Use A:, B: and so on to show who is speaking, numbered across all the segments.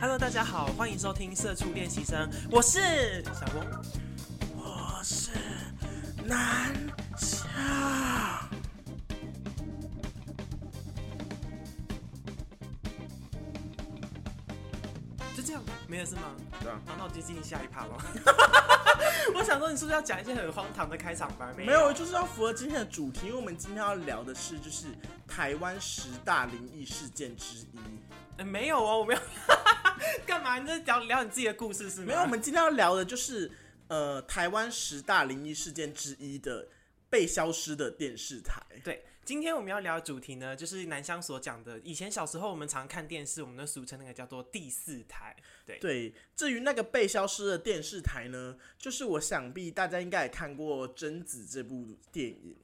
A: Hello，大家好，欢迎收听《社畜练习生》，我是小公，我是南夏。就这样，没有事吗？
B: 对啊
A: 好，那我就进行下一趴吧。 我想说，你是不是要讲一些很荒唐的开场白？
B: 没有，就是要符合今天的主题。因为我们今天要聊的是，就是台湾十大灵异事件之一。
A: 呃没有哦，我没有。 干嘛？你在聊聊你自己的故事是吗？
B: 没有，我们今天要聊的就是呃，台湾十大灵异事件之一的被消失的电视台。
A: 对，今天我们要聊的主题呢，就是南湘所讲的，以前小时候我们常看电视，我们都俗称那个叫做第四台。对，
B: 对，至于那个被消失的电视台呢，就是我想必大家应该也看过《贞子》这部电影。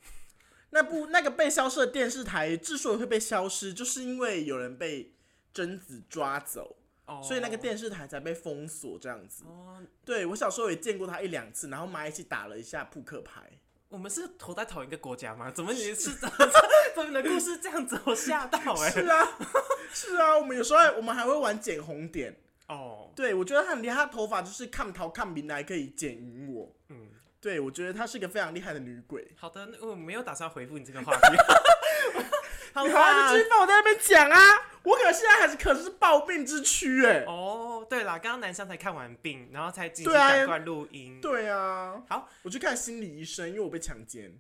B: 那部那个被消失的电视台之所以会被消失，就是因为有人被贞子抓走。
A: 哦
B: 所以那个电视台才被封锁这样子。
A: 哦，
B: 对我小时候也见过他一两次，然后妈一起打了一下扑克 牌。
A: 我们是活在同一个国家吗？怎么你是 怎么你的故事这样子？我吓到哎、
B: 是啊，是啊，我们有时候还我们还会玩剪红点。
A: 哦，
B: 对，我觉得他很厉害，他头发就是看桃看明来可以剪赢我。
A: 嗯，
B: 对，我觉得她是个非常厉害的女鬼。
A: 好的，那我没有打算回复你这个话题。好
B: 你还
A: 啦
B: 是继续放我在那边讲啊！我可现在还是可是暴病之躯哎、
A: 哦，对啦，刚刚南湘才看完病，然后才紧急
B: 对啊
A: 赶快录音。
B: 对啊，
A: 好，
B: 我去看心理医生，因为我被强奸。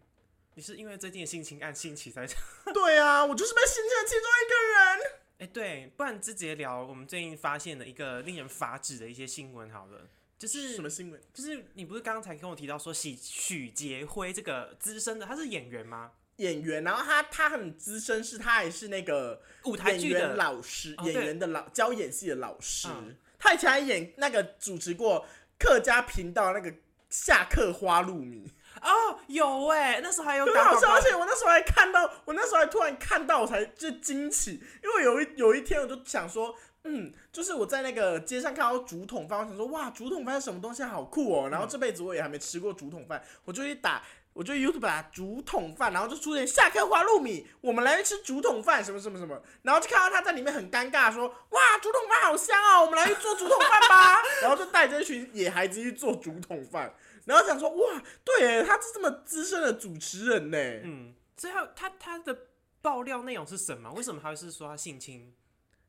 A: 你是因为最近的性侵案兴起才
B: 对啊，我就是被性侵的其中一个人。
A: 哎、对，不然直接聊我们最近发现的一个令人发指的一些新闻好了，就是
B: 什么新闻？
A: 就是你不是刚才跟我提到说许许杰辉这个资深的，他是演员吗？
B: 演员，然后他他很资深，是他也是那个
A: 舞台
B: 演
A: 剧
B: 员
A: 的
B: 老师，
A: 哦对
B: 演员的老教演戏的老师
A: 嗯，
B: 他以前还演那个主持过客家频道那个下课花露米，
A: 哦，有哎、那时候还有
B: 很
A: 打广
B: 好笑，而
A: 告，
B: 且我那时候还看到，我那时候还突然看到，我才就惊奇，因为有一有一天我就想说。嗯，就是我在那个街上看到竹筒饭，我想说哇，竹筒饭是什么东西啊，好酷哦！然后这辈子我也还没吃过竹筒饭，我就一打，我就 YouTube 打竹筒饭，然后就出现下课花露米，我们来吃竹筒饭什么什么什么，然后就看到他在里面很尴尬地说哇，竹筒饭好香哦，我们来去做竹筒饭 吧，然后就带着一群野孩子去做竹筒饭，然后想说哇，对耶，他是这么资深的主持人呢，
A: 嗯，所以他他他的爆料内容是什么？为什么还是说他性侵？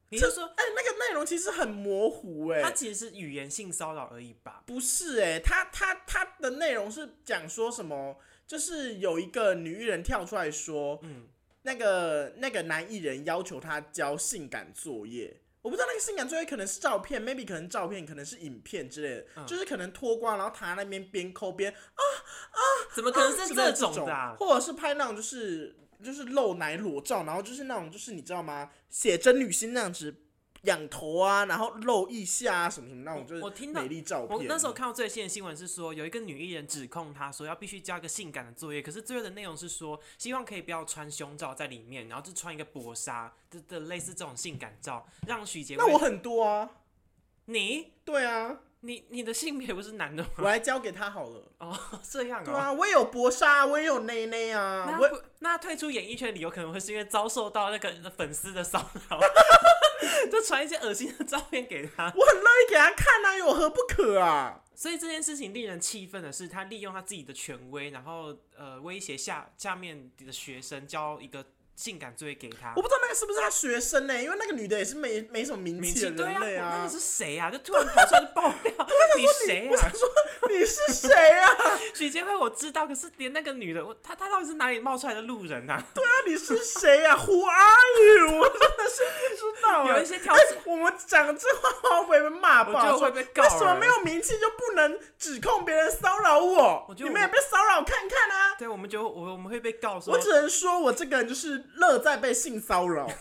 A: 你
B: 这
A: 就说
B: 哎、那个内容其实很模糊哎，
A: 他其实是语言性骚扰而已吧？
B: 不是哎、他他他的内容是讲说什么？就是有一个女艺人跳出来说，
A: 嗯，
B: 那个那个男艺人要求她交性感作业，我不知道那个性感作业可能是照片，maybe 可能照片，可能是影片之类的，
A: 嗯
B: 就是可能脱光，然后躺在那边边抠边，
A: 怎么可能是
B: 之类
A: 这
B: 哦的
A: 种的、啊？
B: 或者是拍那种就是就是露奶裸照，然后就是那种就是你知道吗？写真女星那样子仰头啊，然后露腋下啊什么什么那种，
A: 我
B: 就是
A: 我听到
B: 美丽照片。
A: 我那时候看到最新的新闻是说，有一个女艺人指控她说要必须交一个性感的作业，可是最后的内容是说，希望可以不要穿胸罩在里面，然后就穿一个薄纱的的类似这种性感照，让许杰
B: 那我
A: 辉。
B: 很多啊。
A: 你
B: 对啊，
A: 你你的性别不是男的吗？
B: 我来交给他好了。
A: 哦，这样
B: 对
A: 哦。
B: 啊，我也有薄纱，我也有内内啊
A: 那，
B: 我
A: 不那他退出演艺圈的理由可能会是因为遭受到那个粉丝的骚扰， 就传一些恶心的照片给他。
B: 我很乐意给他看啊，有何不可啊？
A: 所以这件事情令人气愤的是，他利用他自己的权威，然后呃威胁下下面的学生交一个性感作业给他
B: 我。不知道那个是不是他学生呢、因为那个女的也是没没什么名
A: 名
B: 气的
A: 气对
B: 人
A: 啊，
B: 类
A: 那
B: 啊
A: 个。是谁啊？就突然跑出来爆料，你谁
B: 我想
A: 啊？
B: 说你是谁啊？
A: 许杰辉我知道，可是连那个女的，我她她到底是哪里冒出来的路人啊？
B: 对啊，你是谁啊？Who are you？我真的是不知道、欸。
A: 有一些挑
B: 哎
A: 刺
B: 我们讲这话会不会被骂
A: 我觉得
B: 爆？
A: 我会
B: 说
A: 被告
B: 为什么
A: 欸
B: 没有名气就不能指控别人骚扰我？
A: 我觉
B: 你
A: 得
B: 们
A: 我
B: 也被骚扰看看啊！
A: 对，我们就我我们会被告说
B: 我，只能说我这个人就是乐在被性骚扰。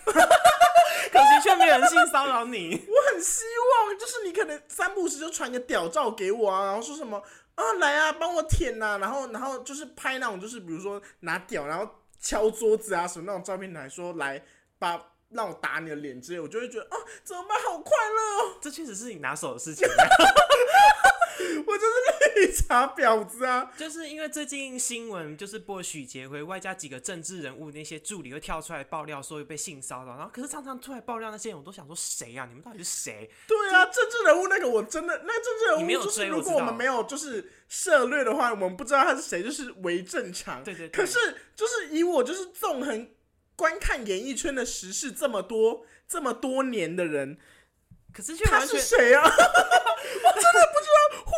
A: 可惜却没有人性骚扰你。
B: 我很希望，就是你可能三不五时就传个屌照给我啊，然后说什么啊来啊，帮我舔呐、然后然后就是拍那种就是比如说拿屌然后敲桌子啊什么那种照片来说来把让我打你的脸之类，我就会觉得啊怎么办，好快乐哦。
A: 这确实是你拿手的事情。
B: 我就是绿茶婊子啊！
A: 就是因为最近新闻就是播许杰辉，外加几个政治人物那些助理会跳出来爆料说被性骚扰，然后可是常常出来爆料那些人，我都想说谁啊？你们到底是谁？
B: 对啊，政治人物那个我真的，那个
A: 你
B: 政治
A: 没
B: 人
A: 有
B: 物就是
A: 追我
B: 如果
A: 知
B: 我
A: 道
B: 们没有就是涉略的话，我们不知道他是谁，就是为正常。
A: 对对对
B: 可是就是以我就是纵横观看演艺圈的时事这么多这么多年的人，
A: 可是却
B: 他
A: 完
B: 是
A: 全
B: 谁啊？我真 的不知道 who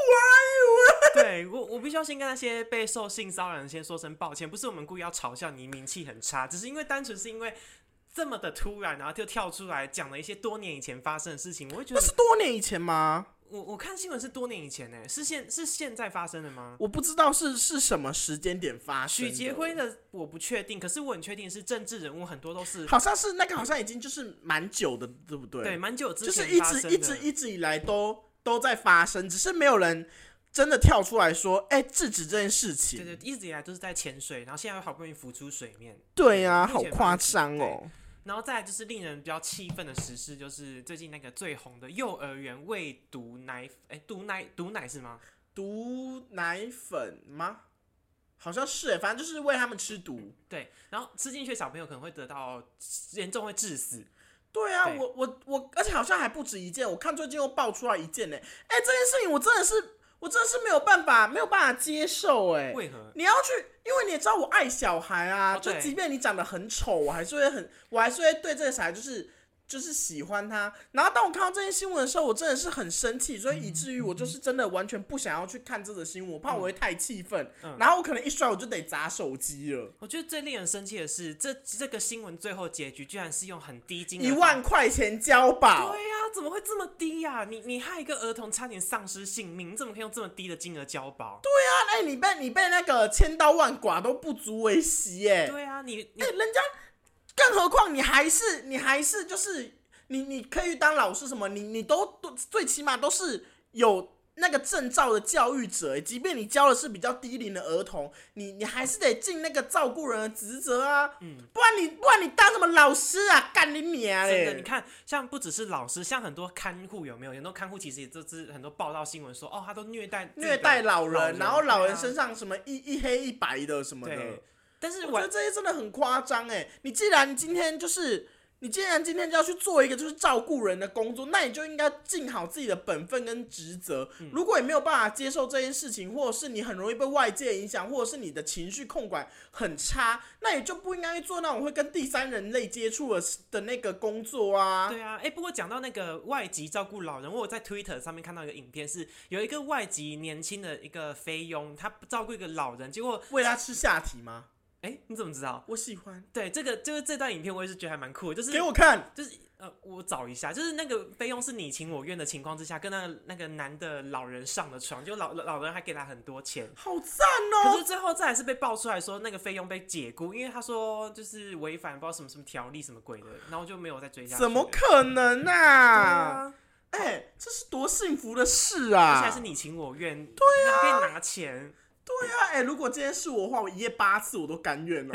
A: 对我，我必须要先跟那些被受性骚扰的人先说声抱歉，不是我们故意要嘲笑你名气很差，只是因为单纯是因为这么的突然，然后就跳出来讲了一些多年以前发生的事情，我会觉
B: are you？那
A: 得
B: 是多年以前吗？
A: 我我看新闻是多年以前呢、欸是现是现在发生的吗？
B: 我不知道是是什么时间点发生
A: 许
B: 的。
A: 杰辉的我不确定，可是我很确定是政治人物，很多都是
B: 好像是那个，好像已经就是蛮久的，对不对？
A: 对，蛮久
B: 就
A: 之
B: 是
A: 前
B: 一
A: 发生
B: 直
A: 的。
B: 一直一直以来都都在发生，只是没有人真的跳出来说，哎、制止这件事情。
A: 对对，一直以来都是在潜水，然后现在又好不容易浮出水面。
B: 对呀、
A: 对
B: 好
A: 目前
B: 夸
A: 发生
B: 张哦！
A: 然后再来就是令人比较气愤的时事，就是最近那个最红的幼儿园喂毒奶，哎，毒奶毒奶是吗？
B: 毒奶粉吗？好像是哎，反正就是喂他们吃毒。
A: 对，然后吃进去的小朋友可能会得到严重会致死，
B: 对啊，
A: 对
B: 我我我，而且好像还不止一件，我看最近又爆出来一件呢。哎、这件事情我真的是，我真的是没有办法，没有办法接受哎。
A: 为何？
B: 你要去，因为你也知道我爱小孩啊，
A: 哦
B: 就
A: 对
B: 即便你长得很丑，我还是会很，我还是会对这个小孩就是就是喜欢他。然后当我看到这件新闻的时候，我真的是很生气，所以以至于我
A: 嗯
B: 就是真的完全不想要去看这个新闻，我怕我会太气愤，
A: 嗯
B: 然后我可能一摔我就得砸手机了，
A: 我觉得最令人生气的是，这这个新闻最后结局居然是用很低金额
B: 一万块钱交
A: 嗯
B: 保。
A: 对呀、怎么会这么低呀、你你害一个儿童差点丧失性命，你怎么可以用这么低的金额交保？对
B: 哎、你被你被那个千刀万剐都不足为奇哎、
A: 啊，你你
B: 哎、人家，更何况你还是你还是就是你你可以当老师什么，你你都都最起码都是有那个证照的教育者欸，即便你教的是比较低龄的儿童，你你还是得尽那个照顾人的职责啊，
A: 嗯
B: 不然你不然你当什么老师啊，干你娘
A: 真的，
B: 嘞
A: 你！看，像不只是老师，像很多看护有没有？很多看护其实也就是很多报道新闻说，哦，他都虐待自己的
B: 虐待老人，然后老人
A: 对啊
B: 身上什么一一黑一白的什么的，
A: 对。但是
B: 我
A: 我
B: 觉得这些真的很夸张哎！你既然今天就是，你既然今天就要去做一个就是照顾人的工作，那你就应该尽好自己的本分跟职责。
A: 嗯
B: 如果你没有办法接受这件事情，或者是你很容易被外界影响，或者是你的情绪控管很差，那你就不应该去做那种会跟第三人类接触的的那个工作啊。
A: 对啊，哎、不过讲到那个外籍照顾老人，我有在 Twitter 上面看到一个影片是，有一个外籍年轻的一个菲佣，他照顾一个老人，结果，
B: 喂他吃下体吗？
A: 哎、你怎么知道？
B: 我喜欢，
A: 对，这个就是这段影片，我也是觉得还蛮酷的，就是
B: 给我看。
A: 就是呃，我找一下，就是那个菲佣是你情我愿的情况之下，跟那个那个男的老人上了床，就老老人还给他很多钱。
B: 好赞
A: 可
B: 哦！
A: 是最后这还是被爆出来说，那个菲佣被解雇，因为他说就是违反不知道什么什么条例什么鬼的，然后就没有再追下去了。
B: 怎么
A: 对
B: 可能啊？
A: 啊？
B: 哎、这是多幸福的事啊！
A: 而且还是你情我愿，对啊，可以拿钱，
B: 那哎、如果今天是我的话，我一夜八次我都甘愿 哦。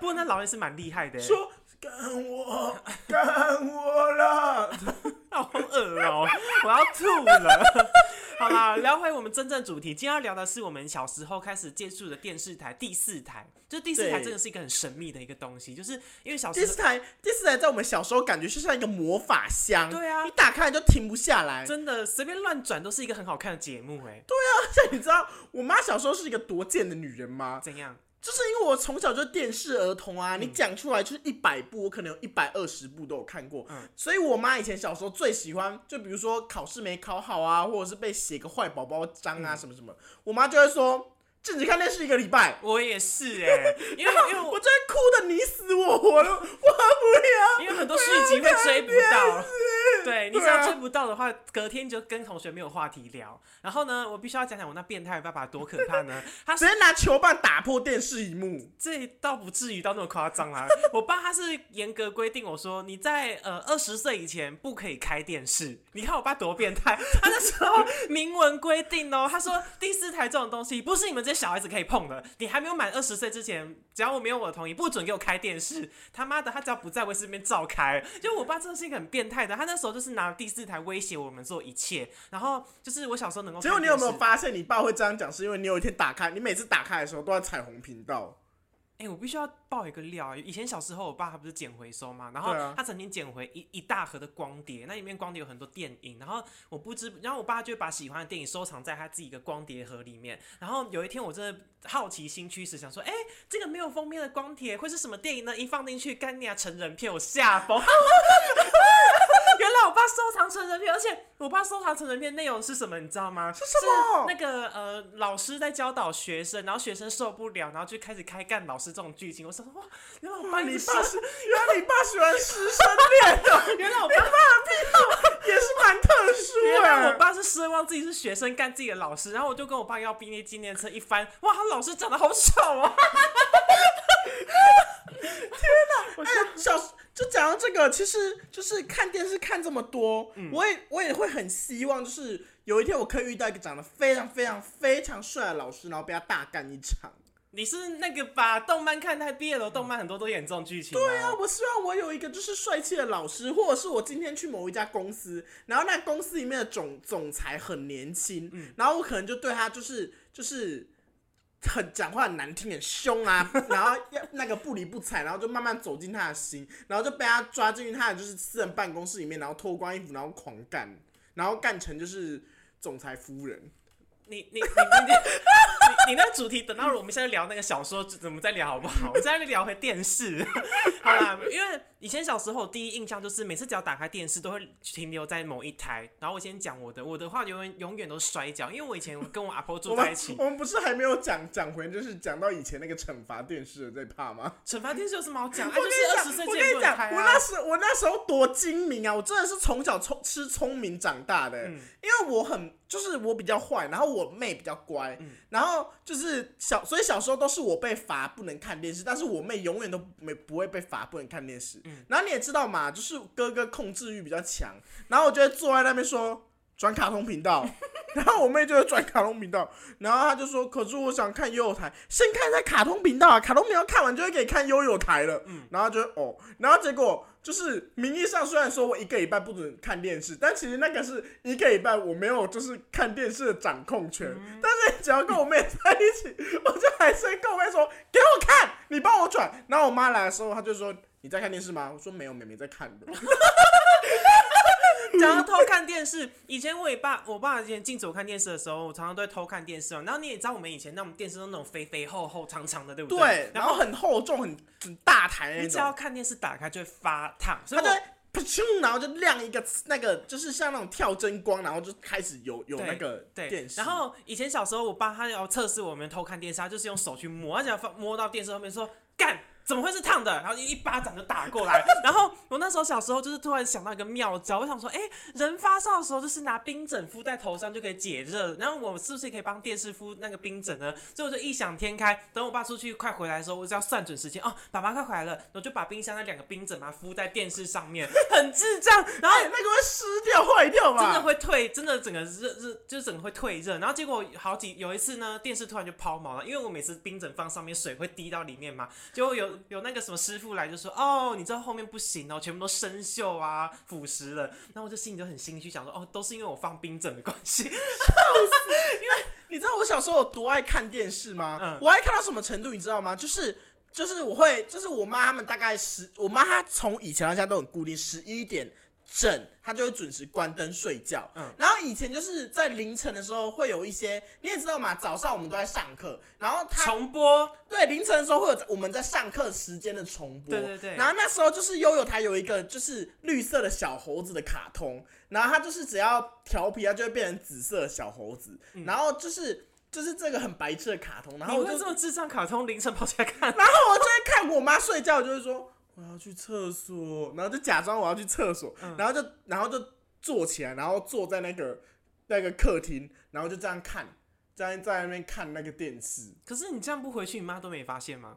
A: 不过那老人是蛮厉害的欸，
B: 说干我，干我了。
A: 好恶哦、我要吐了。好啦，聊回我们真正主题，今天要聊的是我们小时候开始接触的电视台第四台，就第四台
B: 对
A: 真的是一个很神秘的一个东西，就是因为小时
B: 第四
A: 候
B: 台，第四台在我们小时候感觉就像一个魔法箱，
A: 对啊
B: 你打开就停不下来。
A: 真的随便乱转都是一个很好看的节目哎、
B: 而且你知道我妈小时候是一个多贱的女人吗？
A: 怎样？
B: 就是因为我从小就是电视儿童
A: 嗯
B: 啊，你讲出来就是一百部，我可能有一百二十部都有看过。
A: 嗯
B: 所以我妈以前小时候最喜欢，就比如说考试没考好啊，或者是被写个坏宝宝章
A: 嗯
B: 啊什么什么，我妈就会说禁止看电视一个礼拜。
A: 我也是哎、因为因为
B: 我
A: 我
B: 真的哭的你死我活了，我不要。
A: 因为很多续集会追不到，对，你只
B: 对啊
A: 要追不到的话，隔天就跟同学没有话题聊。然后呢，我必须要讲讲我那变态的爸爸多可怕呢？他
B: 直接拿球棒打破电视荧幕，
A: 这倒不至于到那么夸张啦。我爸他是严格规定我说，你在呃二十岁以前不可以开电视。你看我爸多变态，他那时候明文规定哦，他说第四台这种东西不是你们这些小孩子可以碰的。你还没有满二十岁之前，只要我没有我的同意，不准给我开电视。他妈的，他只要不在，我也是那边照开。就我爸真的是一个很变态的，他那时候候就是拿第四台威胁我们做一切，然后就是我小时候能够
B: 结
A: 看电视。
B: 果你有没有发现，你爸会这样讲，是因为你有一天打开，你每次打开的时候都在彩虹频道。
A: 哎、我必须要爆一个料、啊！以前小时候，我爸他不是捡回收嘛，然后
B: 对啊
A: 他曾经捡回一一大盒的光碟，那里面光碟有很多电影，然后我不知，然后我爸就会把喜欢的电影收藏在他自己的光碟盒里面。然后有一天，我真的好奇心驱使，想说，哎、这个没有封面的光碟会是什么电影呢？一放进去，干你啊，成人片，我吓 疯！原来我爸收藏成人片，而且我爸收藏成人片内容是什么，你知道吗？是
B: 什么
A: 那个呃，老师在教导学生，然后学生受不了，然后就开始开干老师这种剧情。我想说，哇，原来我爸
B: 哎你
A: 也是，
B: 爸是，原来你爸喜欢师生恋的，
A: 原来我
B: 你爸
A: 爸，
B: 的频道也是蛮特
A: 原
B: 殊
A: 来
B: 哎、
A: 我爸是奢望自己是学生干自己的老师，然后我就跟我爸要毕业纪念册，一翻，哇，他老师长得好丑哦。
B: 哎，小就讲到这个，其实就是看电视看这么多，我也我也会很希望，就是有一天我可以遇到一个长得非常非常非常帅的老师，然后被他大干一场。
A: 你是那个把动漫看太毕业了，动漫很多都演这种剧情、
B: 对啊，，我希望我有一个就是帅气的老师，或者是我今天去某一家公司，然后那公司里面的总总裁很年轻，
A: 嗯
B: 然后我可能就对他就是就是很讲话很难听、很凶啊， 然后要那个不理不睬，然后就慢慢走进他的心，然后就被他抓进去他的就是私人办公室里面，然后脱光衣服，然后狂干，然后干成就是总裁夫人。
A: 你你你你你你你那主题等到我们现在聊那个小说，怎么再聊好不好？我们现在聊回电视，好啦，因为以前小时候第一印象就是每次只要打开电视都会停留在某一台。然后我先讲我的，我的话永远永远都是摔跤，因为我以前跟我阿婆
B: 我
A: 住在
B: 们
A: 一起
B: 我，们不是还没有讲讲回，就是讲到以前那个惩罚电视的这一趴吗？
A: 惩罚电视有什么好讲？啊，
B: 我
A: 就
B: 跟
A: 是二十岁
B: 你讲，
A: 之前
B: 我跟
A: 不
B: 你
A: 能
B: 讲，
A: 开
B: 我
A: 啊
B: 那。时我那时候多精明啊！我真的是从小聪吃聪明长大的、
A: 嗯
B: 因为我很就是我比较坏，然后我妹比较乖，
A: 嗯
B: 然后就是小，所以小时候都是我被罚不能看电视，但是我妹永远都没不会被罚不能看电视。
A: 嗯
B: 然后你也知道嘛，就是哥哥控制欲比较强，然后我就会坐在那边说转卡通频道。 然后我妹就会转卡通频道，然后她就说：“可是我想看悠悠台，先看一下卡通频道啊，卡通频道看完就会给你看悠悠台了。”
A: 嗯
B: 然后就哦，然后结果就是名义上虽然说我一个礼拜不准看电视，但其实那个是一个礼拜我没有就是看电视的掌控权，
A: 嗯
B: 但是只要跟我妹在一起，我就还是会跟我妹说：“给我看，你帮我转。”然后我妈来的时候，她就说：“你在看电视吗？”我说：“没有，妹妹在看的。
A: 哦讲到偷看电视，以前我也爸，我爸以前禁止我看电视的时候，我常常都会偷看电视哦。然后你也知道，我们以前那种电视都那种肥肥厚厚长长的，对”不
B: 对，
A: 然
B: 然
A: 后
B: 后很厚重、很很大台那
A: 你只
B: 种
A: 要。看电视打开就会发烫，所以
B: 它就
A: 我
B: 会噗咻，然后就亮一个那个，就是像那种跳针光，然后就开始有有
A: 对
B: 那个
A: 对
B: 电。视。
A: 然后以前小时候，我爸他要测试我们偷看电视，他就是用手去摸，而且放摸到电视后面说干。怎么会是烫的？然后一一巴掌就打过来。然后我那时候小时候就是突然想到一个妙招，我想说，哎、人发烧的时候就是拿冰枕敷在头上就可以解热，然后我是不是也可以帮电视敷那个冰枕呢？所以我就异想天开，等我爸出去快回来的时候，我只要算准时间哦，爸爸快回来了，我就把冰箱那两个冰枕嘛敷在电视上面，很智障。然后
B: 哎，那个会湿掉、坏掉吧？
A: 真的会退，真的整个热热，就是整个会退热。然后结果好几有一次呢，电视突然就抛锚了，因为我每次冰枕放上面，水会滴到里面嘛。结果有有那个什么师傅来就说，哦，你知道后面不行哦，全部都生锈啊、腐蚀了。然后我就心里就很心虚，想说，哦，都是因为我放冰枕的关 系。
B: 你知道我小时候有多爱看电视吗？
A: 嗯
B: 我爱看到什么程度，你知道吗？就是就是我会，就是我妈他们大概十，我妈她从以前到现在都很固定，十一点整她就会准时关灯睡觉。
A: 嗯
B: 然后以前就是在凌晨的时候会有一些，你也知道嘛，早上我们都在上课，然后她
A: 重播，
B: 对，凌晨的时候会有我们在上课时间的重播，
A: 对对对
B: 然后那时候就是悠悠台有一个就是绿色的小猴子的卡通，然后它就是只要调皮，它就会变成紫色的小猴子，
A: 嗯
B: 然后就是就是这个很白痴的卡通，然
A: 你
B: 后我
A: 会
B: 就
A: 这么智障卡通凌晨跑起来 看？
B: 然后我就会看我妈睡觉，我就会说我要去厕所，然后就假装我要去厕所，
A: 嗯
B: 然后就然后就坐起来，然后坐在那个那个客厅，然后就这样看，在在那边看那个电视。
A: 可是你这样不回去，你妈都没发现吗？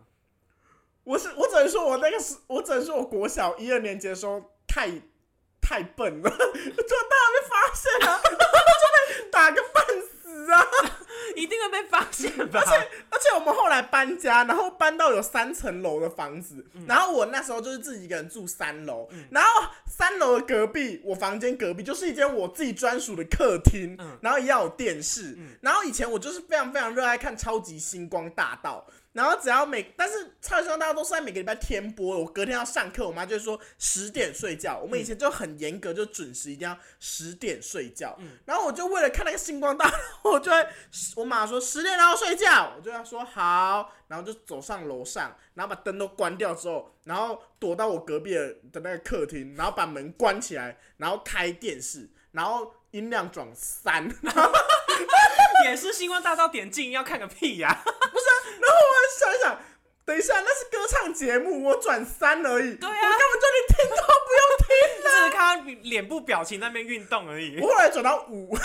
B: 我是我只能说，我那个时，我只能说我国小一二年级的时候太太笨了， 就大家被发现了、啊，就被打个半死啊！
A: 以一定会被发现 吧？
B: 而且而且我们后来搬家，然后搬到有三层楼的房子，然后我那时候就是自己一个人住三楼，然后三楼的隔壁，我房间隔壁就是一间我自己专属的客厅，
A: 嗯
B: 然后也要有电视，然后以前我就是非常非常热爱看《超级星光大道》。然后只要每，但是《超级星光大道》都是在每个礼拜天播的。我隔天要上课，我妈就会说十点睡觉。我们以前就很严格，就准时一定要十点睡觉。然后我就为了看那个星光大道，我就会我妈说十点然后睡觉，我就要说好，然后就走上楼上，然后把灯都关掉之后，然后躲到我隔壁的的那个客厅，然后把门关起来，然后开电视，然后音量转三， 然后
A: 也是星光大道点进要看个屁呀、
B: 想一想。等一下，那是歌唱节目，我转三而已。
A: 对啊
B: 我根本就连听都不用听。
A: 只是看他脸部表情在那边运动而已，
B: 我后来转到五，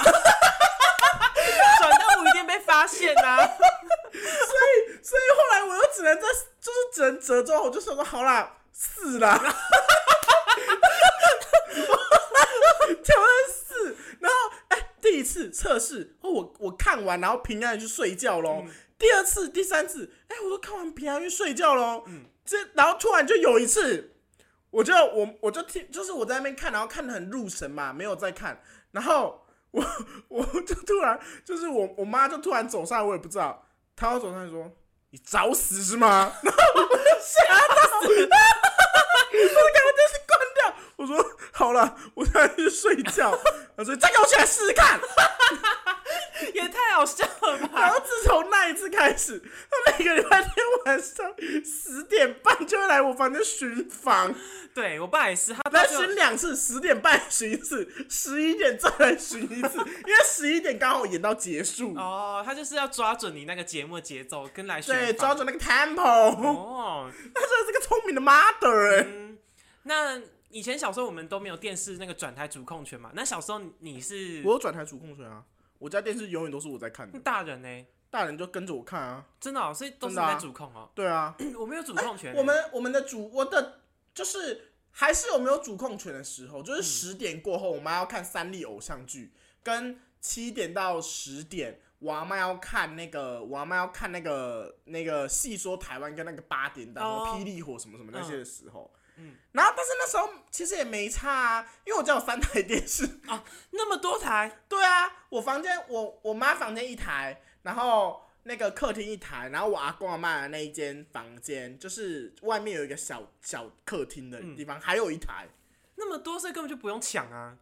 A: 转到五一定被发现 啊！
B: 所以后来我又只能在，就是只能折中。我就想说，好啦，四啦，调成四。然后，哎、第一次测试，哦，我我看完，然后平安地去睡觉喽。第二次、第三次，哎、我都看完平安地去睡觉喽。这然后突然就有一次，我就我我就听，就是我在那边看，然后看的很入神嘛，没有在看，然后我 我就突然就是我我妈就突然走上来，我也不知道，她要走上来说：“你找死是 吗？”然后我就吓到，我就赶快电视关掉。我说：“好了，我现在去睡 觉。”她说：“再给我起来试试看。”
A: 也太好笑了吧！
B: 然后自从那一次开始，她每个礼拜天晚上十点半就会来我房间巡房。
A: 对我爸也是，他
B: 来
A: 就
B: 巡两次，十点半巡一次，十一点再来巡一次，因为十一点刚好演到结束。
A: 哦，他就是要抓准你那个节目节奏跟来选
B: 对，
A: 法
B: 抓准那个 tempo，
A: 哦。嗯
B: 她真的是个聪明的 mother 哎、
A: 那以前小时候我们都没有电视那个转台主控权嘛？那小时候你是
B: 我有转台主控权啊，我家电视永远都是我在看的，
A: 大人呢、欸
B: 大人就跟着我看啊。
A: 真的、哦，所以都是
B: 真的
A: 你
B: 啊
A: 在主控哦。
B: 对啊，
A: 我没有主控权欸、
B: 我们我们的主我的就是还是有没有主控权的时候，就是十
A: 嗯
B: 点过后，我妈要看三立偶像剧，跟七点到十点。我阿妈要看那个，我阿妈要看那个那个戏说台湾跟那个八点档、
A: 哦
B: 什么霹雳火什么什么那些的时候，
A: 嗯
B: 然后但是那时候其实也没差啊，因为我家有三台电视，
A: 那么多台，
B: 对啊，我房间我我妈房间一台，然后那个客厅一台，然后我阿公阿妈的那一间房间，就是外面有一个小小客厅的地
A: 嗯
B: 方，还有一台。
A: 那么多，所以根本就不用抢啊。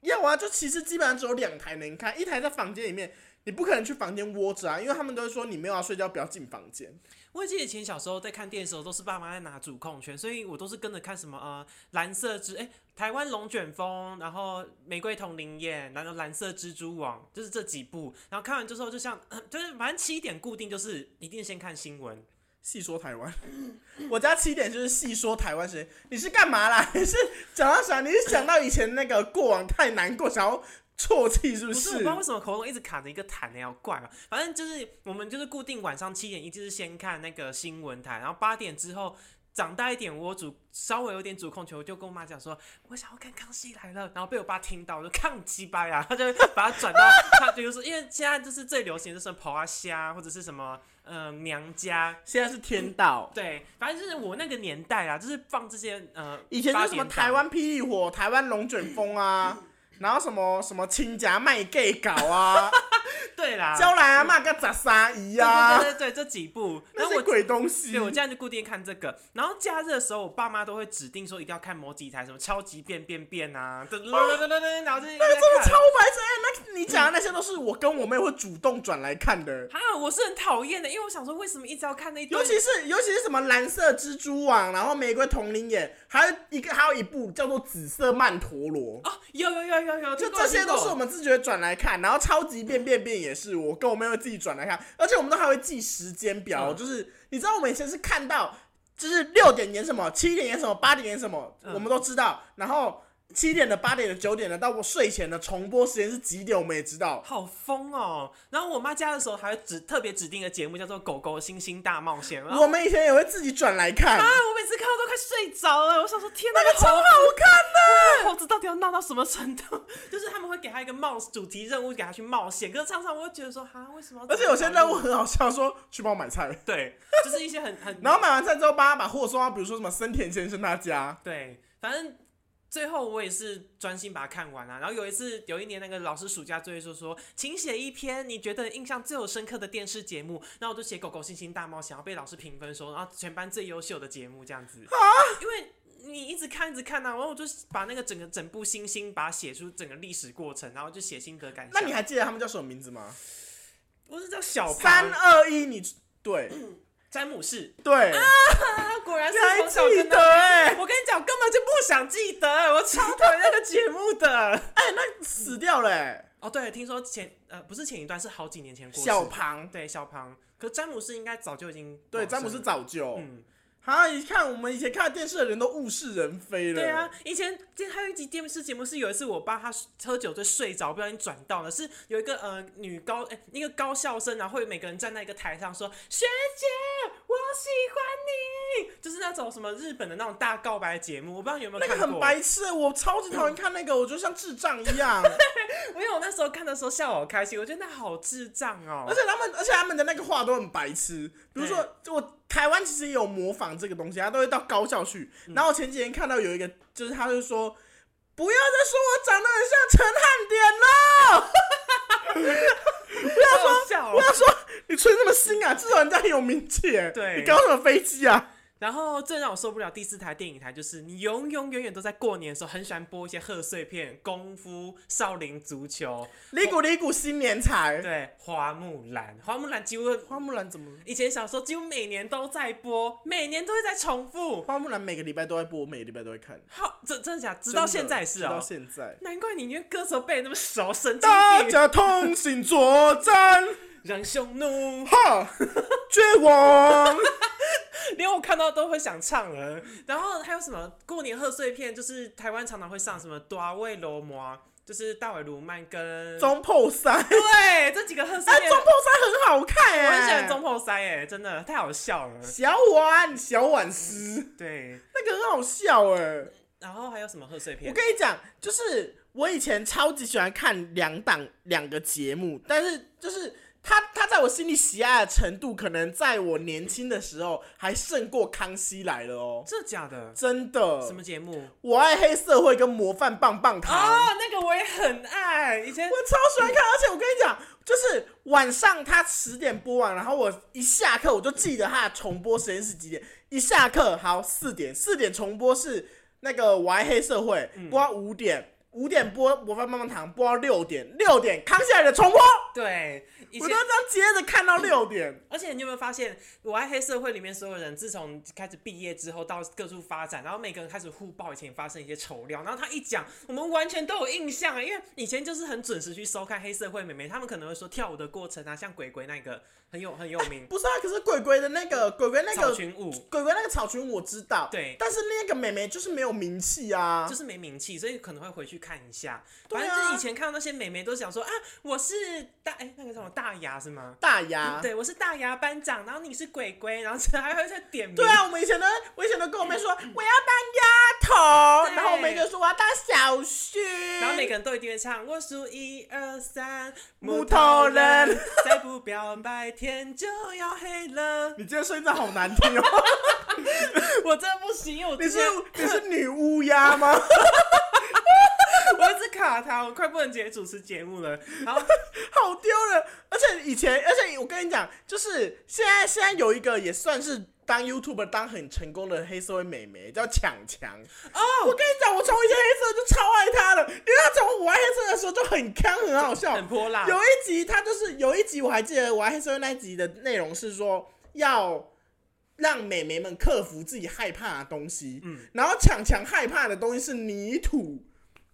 B: 要啊，就其实基本上只有两台能看，一台在房间里面，你不可能去房间窝着啊，因为他们都会说你没有要睡觉，不要进房间。
A: 我记得以前小时候在看电视的时候，都是爸妈在拿主控权，所以我都是跟着看什么呃蓝色蜘哎、台湾龙卷风，然后玫瑰同林燕，然后蓝色蜘蛛网，就是这几部。然后看完之后，就像 就是反正七点固定就是一定先看新闻，
B: 细说台湾， 我家七点就是细说台湾时间。你是干嘛啦？你是讲到啥？你是想到以前那个过往太难过，想要啜泣是不
A: 不
B: 是？
A: 是，我不知道为什么喉咙一直卡着一个痰呢，好怪啊！反正就是我们就是固定晚上七点一，就是先看那个新闻台，然后八点之后长大一点，我主稍微有点主控权，我就跟我妈讲说，我想要看《康熙来了》，然后被我爸听到，我就抗鸡巴呀，他就会把它转到他，比如说，因为现在就是最流行的就是刨啊虾或者是什么呃娘家，
B: 现在是天道。
A: 对，反正就是我那个年代啊，就是放这些呃，
B: 以前就是什么
A: 八点档嗯
B: 台湾霹雳火、台湾龙卷风啊，然后什么什么亲家卖 gay 搞 啊，
A: 对啦，
B: 娇兰啊骂个杂沙姨
A: 对
B: 啊，
A: 对对对对这几部，然
B: 那
A: 后我
B: 些鬼东西
A: 对，。我这样就固定看这个。然后假日的时候，我爸妈都会指定说一定要看某几台，什么超级变变变啊，噔噔噔噔噔噔，然后就是一直
B: 那
A: 在
B: 个真的超
A: 看。
B: 白痴！哎、那你讲的那些都是我跟我妹会主动转来看的，
A: 啊，我是很讨厌的，因为我想说为什么一直要看那一堆
B: 尤其是尤其是什么蓝色蜘蛛网，然后玫瑰同林眼，还有一个还有一部叫做紫色曼陀罗，
A: 哦，有有有有有，
B: 就
A: 听过
B: 这些都是我。
A: 听过
B: 们自觉转来看，然后超级变变变也是我跟我妹会自己转来看，而且我们都还会记时间表，
A: 嗯
B: 就是你知道我们以前是看到就是六点演什么，七点演什么，八点演什么，
A: 嗯
B: 我们都知道，然后。七点的、八点的、九点的，到我睡前的重播时间是几点，我们也知道。
A: 好疯哦！然后我妈家的时候还会指特别指定一个节目叫做《狗狗星星大冒险》，然后
B: 我们以前也会自己转来看，
A: 啊，我每次看到都快睡着了。我想说，天哪，
B: 那个超好看
A: 看！
B: 的。
A: 猴子到底要闹到什么程度？ 就是他们会给他一个冒主题任务，给他去冒险。可是常常我会觉得说，哈，为什么要这
B: 而
A: 样？
B: 且有些任务很好笑，说去帮我买菜，
A: 对，就是一些很很
B: 然后买完菜之后，帮他把货送到，比如说什么森田先生他家。
A: 对，反正最后我也是专心把它看完了、啊然后有一次，有一年那个老师暑假作业说说，请写一篇你觉得印象最有深刻的电视节目。那我就写《狗狗星星大冒险》，然后被老师评分说，然后全班最优秀的节目这样子。因为你一直看一直看呐、啊，然后我就把那个整个整部星星把它写出整个历史过程，然后就写心得感想。
B: 那你还记得他们叫什么名字吗？
A: 我是叫小
B: 三
A: 潘
B: 啊二一，你对
A: 詹姆士，
B: 对，
A: 他果然
B: 你
A: 是
B: 还
A: 从小
B: 记
A: 跟
B: 得
A: 到。
B: 哎、
A: 我跟你讲，我根本就不想记得，我超讨厌那个节目的。
B: 哎、那死掉了、哎
A: 哦，对，听说前呃不是前一段，是好几年前过世。
B: 小庞，
A: 对小庞，可詹姆斯应该早就已经
B: 对，
A: 往
B: 詹姆
A: 生
B: 斯
A: 了
B: 早就。
A: 嗯，
B: 啊！一看我们以前看电视的人都物是人非了。
A: 对啊，，以前这还有一集电视节目是有一次我爸他喝酒就睡着，不小心转到了，是有一个呃女高哎、一个高校生，然后会每个人站在一个台上说学姐我喜欢你，就是那种什么日本的那种大告白节目，我不知道你有没有
B: 那
A: 看
B: 个
A: 过。
B: 很白痴，我超级讨厌看那
A: 嗯
B: 个，我就像智障一 样。
A: 我因为我那时候看的时候笑好开心，我觉得那好智障哦、
B: 而且他们，而且他们的那个话都很白痴。比如说，我台湾其实也有模仿这个东西，他都会到高校去。
A: 嗯
B: 然后我前几天看到有一个，就是他就说，不要再说我长得很像陈汉 典了，
A: 不要说笑哦、
B: 不要说你吹什么心啊，至少人家很有名气哎。
A: 对
B: 你搞什么飞机啊？
A: 然后最让我受不了第四台电影台，就是你永永远远都在过年的时候很喜欢播一些贺岁片，功夫、少林足球，
B: 李谷李谷新年才。
A: 对，花木兰，花木兰几乎
B: 花木兰怎么了？
A: 以前小时候几乎每年都在播，每年都会在重复。
B: 花木兰每个礼拜都在播，我每个礼拜都会看。
A: 好，真真的假的？直到现在也是
B: 直
A: 哦
B: 到、现在。
A: 难怪你连歌词都背得那么熟，神经
B: 大
A: 病！
B: 家同心作战，
A: 让匈奴，
B: 哈， 绝望。
A: 连我看到都会想唱了。然后还有什么过年贺岁片，就是台湾常常会上什么《大卫罗摩》，就是大卫卢曼跟
B: 中破三，哎、
A: 对，这几个贺岁片，
B: 中破三很好看哎、
A: 我很喜欢中后塞哎，真的太好笑了。
B: 小婉小婉思，
A: 对，
B: 那个很好笑哎、
A: 然后还有什么贺岁
B: 我
A: 片？
B: 跟你讲，就是我以前超级喜欢看两档两个节目，但是就是他他在我心里喜爱的程度，可能在我年轻的时候还胜过《康熙来了》哦，
A: 这假的？
B: 真
A: 什
B: 的。
A: 么节目？
B: 我爱黑社会跟模范棒棒糖。
A: 啊，那个我也很爱，以前
B: 我超喜欢看，而且我跟你讲，就是晚上他十点播完，然后我一下课我就记得他的重播时间是几点。一下课好四点，四点重播是那个《我爱黑社会》
A: 嗯
B: 播到五点，五点播《模范棒棒糖》播到六点，六点康熙来的重播，
A: 对以
B: 我
A: 前
B: 都这。样接着看到六点。
A: 而且你有没有发现，我爱黑社会里面所有人，自从开始毕业之后到各处发展，然后每个人开始互爆以前发生一些丑料，然后他一讲，我们完全都有印象啊，因为以前就是很准时去收看黑社会美眉，他们可能会说跳舞的过程啊，像鬼鬼那个很有很有名，
B: 不是啊，可是鬼鬼的那个鬼鬼那
A: 嗯草
B: 个
A: 裙舞，
B: 鬼鬼那个草裙我知道，
A: 对
B: 但是那个妹妹就是没有名气啊，
A: 就是没名气，所以可能会回去看一下。
B: 对啊
A: 反正就是以前看到那些美眉都想说啊，我是大哎、那个什么大牙是吗？
B: 大牙。
A: 对，我是大牙班长，然后你是鬼鬼，然后这还会再点名。
B: 对啊，我们以前呢，我以前都跟我妹说我要当丫头，
A: 对
B: 然后我妹就说我要当小旭，
A: 然后每个人都一定会唱，我数一二三，
B: 木头人，
A: 再不表白天就要黑了。
B: 你今天声音真的好难听 哦，
A: 我真的不行，因为我
B: 你
A: 之
B: 是
A: 前
B: 你是女乌鸦吗？
A: 我一直卡他，我快不能接主持节目了。哦然后
B: 好丢人！而且以前，而且我跟你讲，就是现在现在有一个也算是当 YouTuber 当很成功的黑社会美眉，叫强强。哦， 我跟你讲，我从以前黑社会就超爱她的，因为她从我爱黑社会的时候就很康，很好笑，
A: 很泼辣
B: 有一集他就是有一集我还记得，我还黑社会那一集的内容是说要让美眉们克服自己害怕的东西。嗯，然后强强害怕的东西是泥土。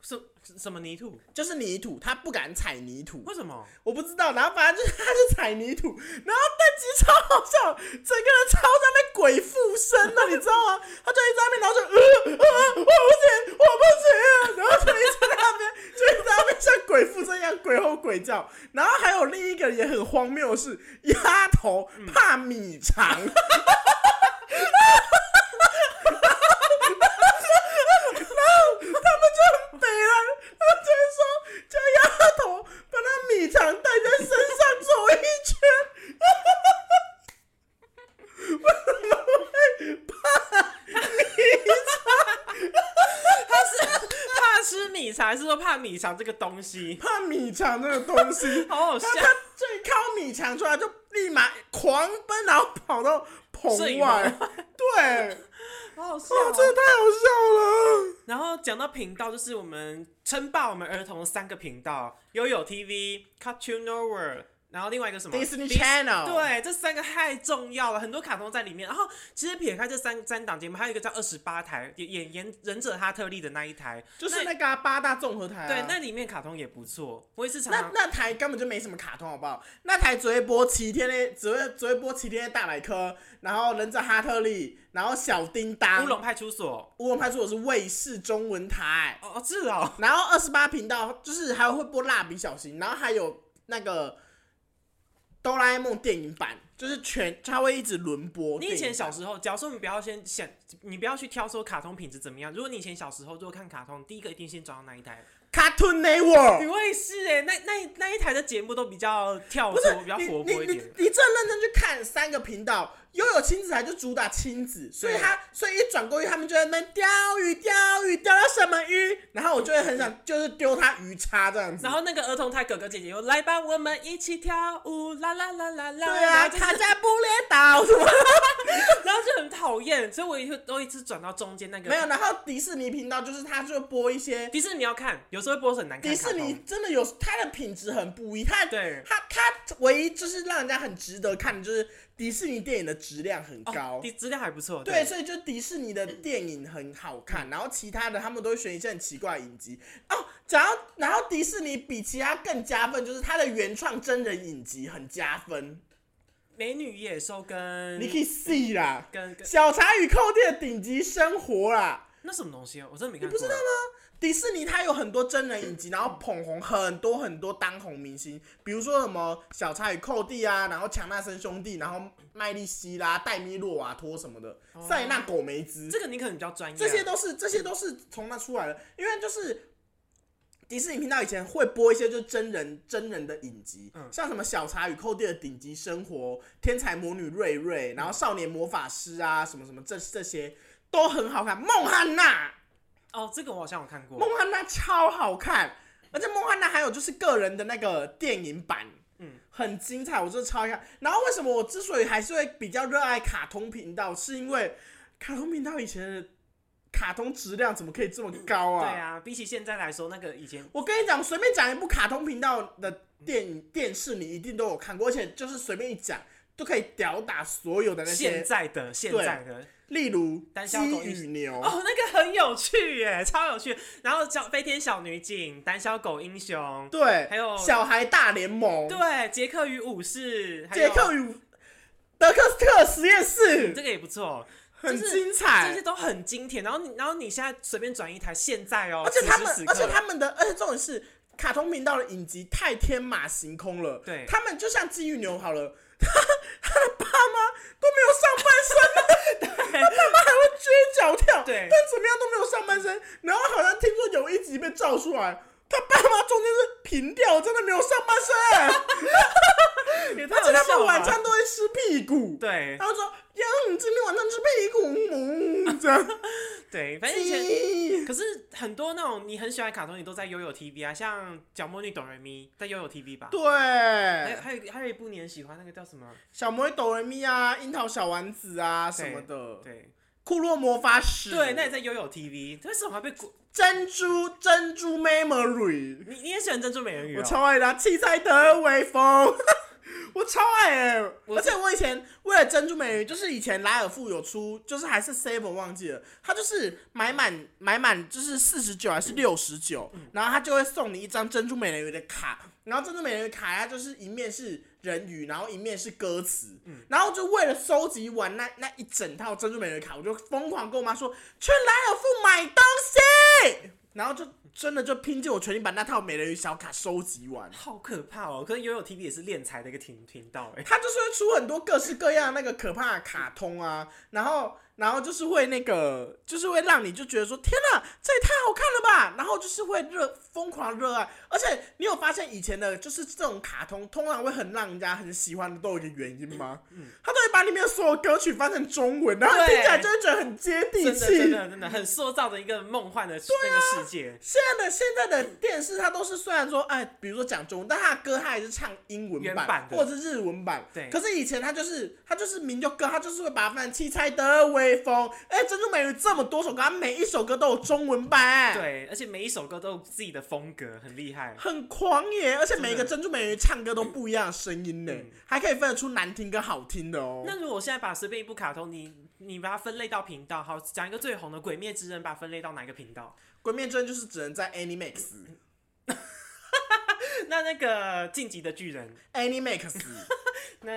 A: 什什么泥土？
B: 就是泥土，他不敢踩泥土，
A: 为什么？
B: 我不知道，然后反正就是他就踩泥土，然后但其实超好笑，整个人超像被鬼附身的，你知道吗？他就一直在那边，然后就呃呃，我不行，我不行，然后就一直在那边，就一直在那边像鬼附身一样鬼吼鬼叫。然后还有另一个也很荒谬的是，丫头怕米肠。他们就很北了，他们就会说叫丫头把那米肠带在身上走一圈。
A: 怕吃米肠，还是说怕米肠这个东西？
B: 怕米肠这个东 西，
A: 好好笑
B: 他！他最靠米肠出来就立马狂奔，然后跑到
A: 摄
B: 棚
A: 影
B: 外
A: 棚。
B: 对，
A: 好好笑
B: 哇，真的太好哦笑了。
A: 然后讲到频道，就是我们称霸我们儿童的三个频道：悠悠 TV、Cartoon Network，然后另外一个什么
B: Disney
A: Dis-
B: Channel，，
A: 对，这三个太重要了，很多卡通在里面。然后其实撇开这三三档节目，还有一个叫二十八台，演演演忍者哈特利的那一台，
B: 就是那个啊、八大综合台、啊。
A: 对，那里面卡通也不错。我也是常
B: 那
A: 常
B: 那台根本就没什么卡通，好不好？那台只会播齐天的，只会只会播齐天的大百科，然后忍者哈特利，然后小叮当，
A: 乌龙派出所。
B: 乌龙派出所是卫视中文台，
A: 哦，哦是 哦，
B: 然后二十八频道就是还会播蜡笔小新，然后还有那个哆啦 A 梦电影版，就是全它会一直轮播
A: 你
B: 电影
A: 以
B: 版。
A: 前小时候，假如说你不要先想，你不要去挑说卡通品质怎么样。如果你以前小时候就看卡通，第一个一定先转到那一台。
B: Cartoon Network
A: 你会是哎、那那那一台的节目都比较跳
B: 不是
A: 脱，比较
B: 你
A: 活
B: 你
A: 泼一
B: 你
A: 点。
B: 你这认真去看三个频道，悠悠亲子台就主打亲子，所以
A: 对
B: 他所以一转过去，他们就在那边钓鱼钓鱼钓到什么鱼，然后我就会很想就是丢他鱼叉这样子
A: 然。后那个儿童台哥哥姐姐又来吧，我们一起跳舞，啦啦啦啦啦。
B: 对啊，
A: 然后就是
B: 他家不列岛什么
A: 然后就很讨厌，所以我也会都一直转到中间那个。
B: 没有，然后迪士尼频道就是他就播一些
A: 迪士尼要看，有时候会播很难看
B: 迪
A: 的卡
B: 士
A: 通。
B: 尼真的有它的品质很不一，它
A: 对
B: 它它唯一就是让人家很值得看，就是迪士尼电影的质量很高。
A: 哦，迪质量还不错。
B: 对，所以就迪士尼的电影很好
A: 嗯
B: 看，然后其他的他们都会选一些很奇怪的影集哦。讲到，然后迪士尼比其他更加分，就是它的原创真人影集很加分，
A: 美女野兽跟
B: 你可以 see 啦，
A: 跟
B: 《
A: 跟
B: 小茶与寇弟的顶级生活》啦。
A: 那什么东西啊？我真的没看过。
B: 不知道吗？迪士尼它有很多真人影集，然后捧红很多很多当红明星，比如说什么小茶与寇弟啊，然后强纳森兄弟，然后麦莉希啦、戴米洛瓦托什么的，塞纳狗梅兹，
A: 这个你可能比较专业。啊
B: 这些都是这些都是从那出来的，因为就是迪士尼频道以前会播一些就是真人真人的影集，
A: 嗯
B: 像什么《小茶与寇弟的顶级生活》《天才魔女瑞瑞》，然后《少年魔法师》啊，什么什么这这些都很好看，《孟汉娜》。
A: 哦，这个我好像有看过。
B: 孟汉娜超好看，而且孟汉娜还有就是个人的那个电影版，
A: 嗯，
B: 很精彩，我真的超爱看。然后为什么我之所以还是会比较热爱卡通频道，是因为卡通频道以前的卡通质量怎么可以这么高
A: 对
B: 啊？
A: 啊，比起现在来说，那个以前
B: 我跟你讲，随便讲一部卡通频道的电影电视，你一定都有看过，而且就是随便一讲都可以吊打所有的那
A: 现
B: 些，
A: 在的现在的
B: 例如
A: 胆小
B: 鸡
A: 狗
B: 与牛。
A: 哦，那个很有趣耶， 超有趣。然后小飞天小女警、胆小狗英雄，
B: 对，
A: 还有
B: 小孩大联盟，
A: 对，杰克与武士，还有嗯
B: 杰克与德克斯特实验
A: 这
B: 室
A: 个也不错，
B: 很
A: 就是
B: 精
A: 这些
B: 彩，
A: 都很经典。然后你，然后你现在随便转一台，现在哦，
B: 而且他们
A: 此时，此
B: 而
A: 刻
B: 且他们的，而且重点是，卡通频道的影集太天马行空了。
A: 对
B: 他们就像鸡与牛好了， 他 他的爸妈都没有上半身，他爸妈还会撅脚跳，
A: 对
B: 但怎么样都没有上半身。然后好像听说有一集被照出来，他爸妈中间是平掉，真的没有上半身，
A: 也太
B: 而且他
A: 好笑了
B: 们晚
A: 吧
B: 餐都会吃屁股。
A: 对
B: 他就说：“呀，你今天晚上吃屁股，嗯，这样。
A: 对，反正以前。
B: 咦
A: 可是很多那种你很喜欢的卡通，你都在悠悠 TV 啊，像《角魔女哆瑞咪》在悠悠 TV 吧。还有
B: 对，
A: 还有一个还有一部你很喜欢，那个叫什么？
B: 小魔女哆来咪啊，樱桃小丸子啊什么的，
A: 对
B: 库洛魔法使，
A: 对，那也在悠悠 TV。为什么还被国
B: 珍珠珍珠 memory，
A: 你你也喜欢珍珠美人鱼、哦？
B: 我超爱的啊，七彩的微风，我超爱哎、
A: 我
B: 而且我以前为了珍珠美人鱼，就是以前莱尔富有出，就是还是 seven 忘记了，他就是买满买满就是四十九还是六十九，然后他就会送你一张珍珠美人鱼的卡，然后珍珠美人鱼卡它就是一面是人鱼，然后一面是歌词，然后就为了收集完那那一整套珍珠美人鱼卡，我就疯狂跟我妈说去莱尔富买东西，然后就真的就拼尽我全力把那套美人鱼小卡收集完。
A: 好可怕哦！可是悠悠 TV 也是练财的一个频频道 哎、
B: 他就是会出很多各式各样的那个可怕的卡通啊，然后然后就是会那个，就是会让你就觉得说天哪，这也太好看了吧，然后就是会热疯狂热爱，而且你有发现以前的就是这种卡通通常会很让人家很喜欢的都有一个原因吗？他都会把里面所有歌曲翻成中文，然后
A: 嗯对
B: 听起来就会觉得很接地
A: 真的真
B: 气。
A: 的真的很塑造的一个梦幻的
B: 啊
A: 那个世 界。
B: 现在的现在的电视，它都是虽然说，哎，比如说讲中文，但它的歌它还是唱英文
A: 原
B: 版
A: 版的
B: 或者是日文版。
A: 对
B: 可是以前它就是它就是民谣歌，它就是会把它翻七彩的微风。哎，珍珠美人鱼这么多首歌，它每一首歌都有中文版。。哎
A: 对，而且每一首歌都有自己的风格，很厉害。
B: 很狂耶！而且每一个
A: 真
B: 珍珠美人鱼唱歌都不一样的声音呢，
A: 嗯
B: 还可以分得出难听跟好听的哦。
A: 那如果我现在把随便一部卡通，你你把它分类到频道，好，讲一个最红的《鬼灭之刃》，把它分类到哪一个频 道？
B: 鬼灭之刃就是只能在 Animax、
A: 那那个《晋级的巨人》，
B: Animax
A: 那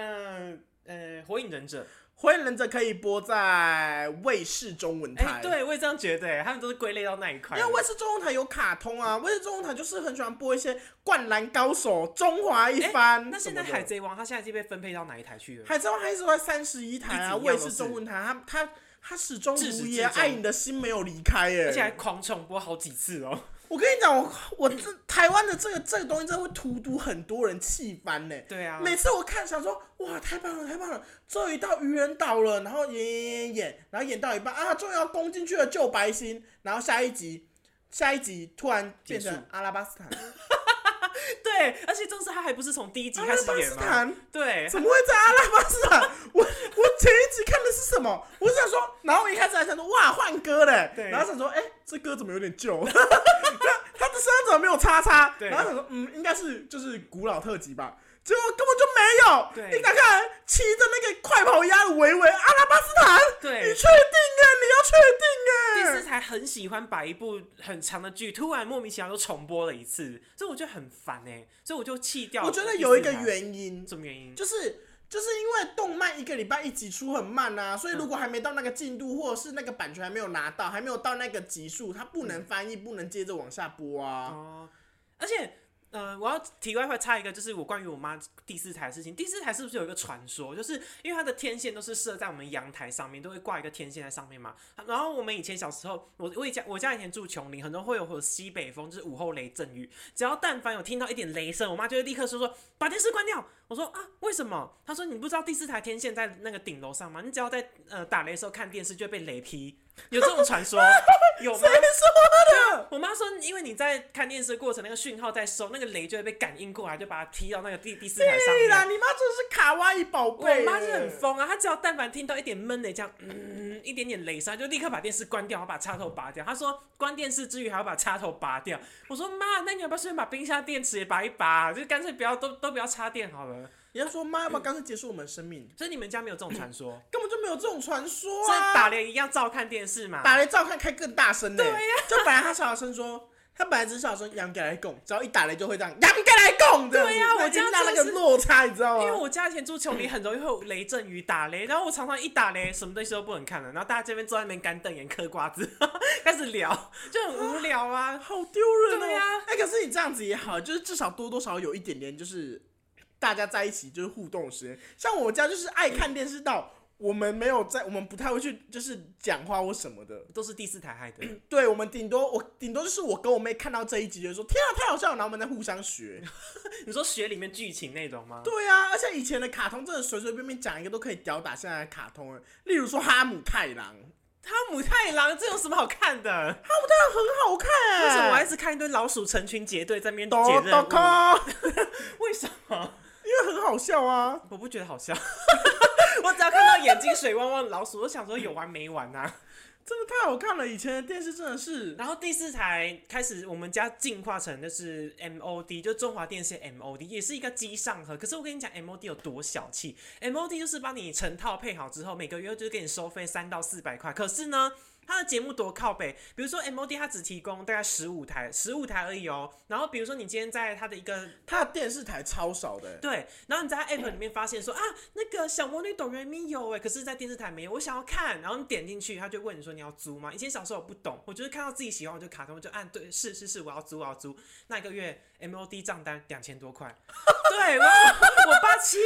A: 呃，《火影忍者》
B: 火影忍者可以播在卫视中文
A: 哎、
B: 台。
A: 对我也这样觉得、哎，他们都是归类到那一块。
B: 因为卫视中文台有卡通啊，卫视中文台就是很喜欢播一些《灌篮高手》《中华一番》
A: 那现在《
B: 什么
A: 海
B: 的
A: 贼王》它现在是被分配到哪一台去了？
B: 海贼王还是在三十一台啊，
A: 一直一样
B: 卫
A: 都是
B: 视中文台，他他他始终
A: 至始
B: 如
A: 至
B: 一耶，
A: 终
B: 爱你的心没有离开耶。
A: 而且还狂重播好几次哦、
B: 我跟你讲，我我这台湾的这个这个东西真的会荼毒很多人气翻呢。
A: 对啊，
B: 每次我看想说，哇，太棒了，太棒了！终于到愚人岛了，然后演演演演，然后演到一半啊，终于要攻进去了救白星，然后下一集，下一集突然变
A: 结
B: 成
A: 束
B: 阿拉巴斯坦，
A: 对，而且重视他还不是从第一集
B: 阿
A: 开
B: 拉
A: 始
B: 啊巴
A: 演
B: 斯
A: 吗？
B: 坦
A: 对，
B: 怎么会在阿拉巴斯坦？我 我前一集看的是什么？我想说，然后我一开始还想说，哇，换歌嘞，
A: 对
B: 然后想说，哎、这歌怎么有点旧？ 他的身上怎么没有叉叉？
A: 对
B: 然后想说，嗯，应该是就是古老特辑吧。结果根本就没有，
A: 对
B: 你打开来骑着那个快跑鸭的维维阿拉巴斯坦，
A: 对
B: 你确定耶？你啊要确
A: 电
B: 定
A: 视
B: 耶？
A: 台很喜欢把一部很长的剧突然莫名其妙又重播了一次，所以我觉得很烦哎、所以我就弃掉。
B: 我觉得有一个，原因，
A: 什么原因？
B: 就是就是因为动漫一个礼拜一集出很慢啊，所以如果还没到那个进度，或者是那个版权还没有拿到，还没有到那个集数，它不能翻译，不能接着往下播啊。
A: 哦，而且。呃，我要题外话插一个，就是我关于我妈第四台的事情。第四台是不是有一个传说，就是因为它的天线都是设在我们阳台上面，都会挂一个天线在上面嘛。然后我们以前小时候，我我以前我家以前住琼林，很多会有会有西北风，就是午后雷阵雨。只要但凡有听到一点雷声，我妈就会立刻说说把电视关掉。我说啊，为什么？她说你不知道第四台天线在那个顶楼上吗？你只要在呃打雷的时候看电视就会被雷劈，有这种传说有吗？
B: 哎
A: 我妈说，因为你在看电视的过程，那个讯号在收，那个雷就会被感应过来，就把它踢到那个第第四台上
B: 对啦，
A: 面。
B: 哎你妈真的是卡哇伊宝
A: 我
B: 贝耶，
A: 妈是很疯啊，她只要但凡听到一点闷的这样，嗯，一点点雷声，她就立刻把电视关掉，然后把插头拔掉。她说关电视之余还要把插头拔掉。我说妈，那你要不要顺便把冰箱电池也拔一拔？啊就干脆不要都都不要插电好了。
B: 你要说妈，要不要干脆结束我们的生命？
A: 所以你们家没有这种传说，
B: 根本就没有这种传说
A: 所以
B: 啊！
A: 打雷一样照看电视嘛。
B: 打雷照看开更大声呢、
A: 对呀
B: 就本来他小声说，他本来只是小声扬给来供，只要一打雷就会这样扬给来供的。
A: 对呀我
B: 已经
A: 家
B: 让
A: 真
B: 那个
A: 的是
B: 落差，你知道吗？
A: 因为我家以前住琼林，很容易会有雷阵雨、打雷，然后我常常一打雷，什么东西都不能看了，然后大家这边坐在那边干瞪眼嗑瓜子， 开始聊，就很无聊啊。
B: 好丢人哦！
A: 对啊
B: 哎、可是你这样子也好，就是至少多多少少有一点点，就是大家在一起就是互动的时间。像我家就是爱看电视到。我们没有在，我们不太会去就是讲话或什么的。
A: 都是第四台害的，
B: 对，我们顶多我顶多就是我跟我妹看到这一集，就说天啊太好笑了，然后我们在互相学。
A: 你说学里面剧情那种吗？
B: 对啊，而且以前的卡通真的随随便便讲一个都可以吊打现在的卡通了，例如说哈姆太郎，
A: 汤姆太郎这有什么好看的？
B: 哈姆太郎很好看、欸，
A: 为什么我还是看一堆老鼠成群结队在那边解
B: 哆
A: 任
B: 哆
A: 务？
B: 康？
A: 为什么？
B: 因为很好笑啊。
A: 我不觉得好笑，我只要看到到眼睛水汪汪的老鼠，我想说有完没完啊！
B: 真的太好看了，以前的电视真的是
A: 然后第四台开始，我们家进化成就是 MOD，就中华电信 MOD，也是一个机上盒。可是我跟你讲，MOD 有多小气，MOD 就是帮你成套配好之后，每个月就给你收费三到四百块。可是呢，它的节目多靠北，比如说 MOD 它只提供大概十五台，十五台而已哦。然后比如说你今天在它的一个
B: 它的电视台超少的、
A: 对，然后你在它 app 里面发现说啊，那个小魔女哆瑞咪有哎，可是在电视台没有，我想要看，然后你点进去，他就问你说你要租吗？以前小时候我不懂，我就是看到自己喜欢我就卡通，我就按对，是是是，我要租我要租。那一个月 MOD 账单两千多 块，对，我我爸气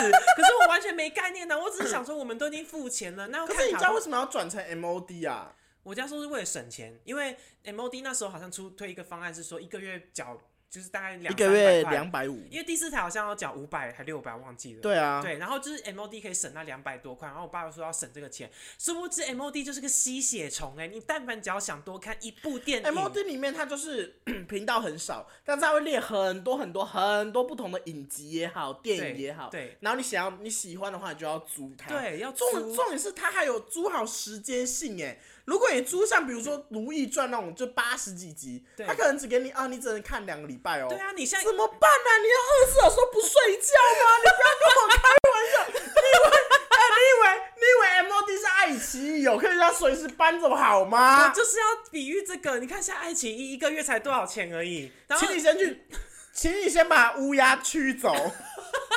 A: 死，可是我完全没概念啊呢，我只是想说我们都已经付钱了，那要
B: 可
A: 看
B: 是你
A: 卡
B: 家
A: 通
B: 为什么要转成 MOD 啊？
A: 我家说是为了省钱，因为 MOD 那时候好像出推一个方案是说一个月缴就是大概两
B: 一个月
A: 300块
B: 两百五，
A: 因为第四台好像要缴五百还六百，忘记了。
B: 对啊，
A: 对，然后就是 MOD 可以省那两百多块，然后我爸说要省这个钱，殊不知 MOD 就是个吸血虫哎、你但凡只要想多看一部电影
B: MOD 里面它就是 频道很少，但是它会列很多很多很多不同的影集也好，电
A: 对
B: 影也好，
A: 对
B: 然后你想要你喜欢的话，你就要租它。
A: 对要
B: 重
A: 租
B: 重点是它还有租好时间性哎，如果你租像比如说《如懿传》那种就八十几集，
A: 对
B: 它可能只给你啊，你只能看两个礼拜哦。
A: 对啊，你像
B: 怎么办呢、你要二十四小时不睡觉吗？你不要跟我开玩笑， 你以为哎、你以为你以为 MOD 是爱奇艺有哦可以让随时搬走好
A: 我
B: 吗？
A: 就是要比喻这个，你看现在爱奇艺一个月才多少钱而已，然后
B: 请你先去，
A: 啊
B: 请你先把乌鸦驱走。
A: 哎
B: 我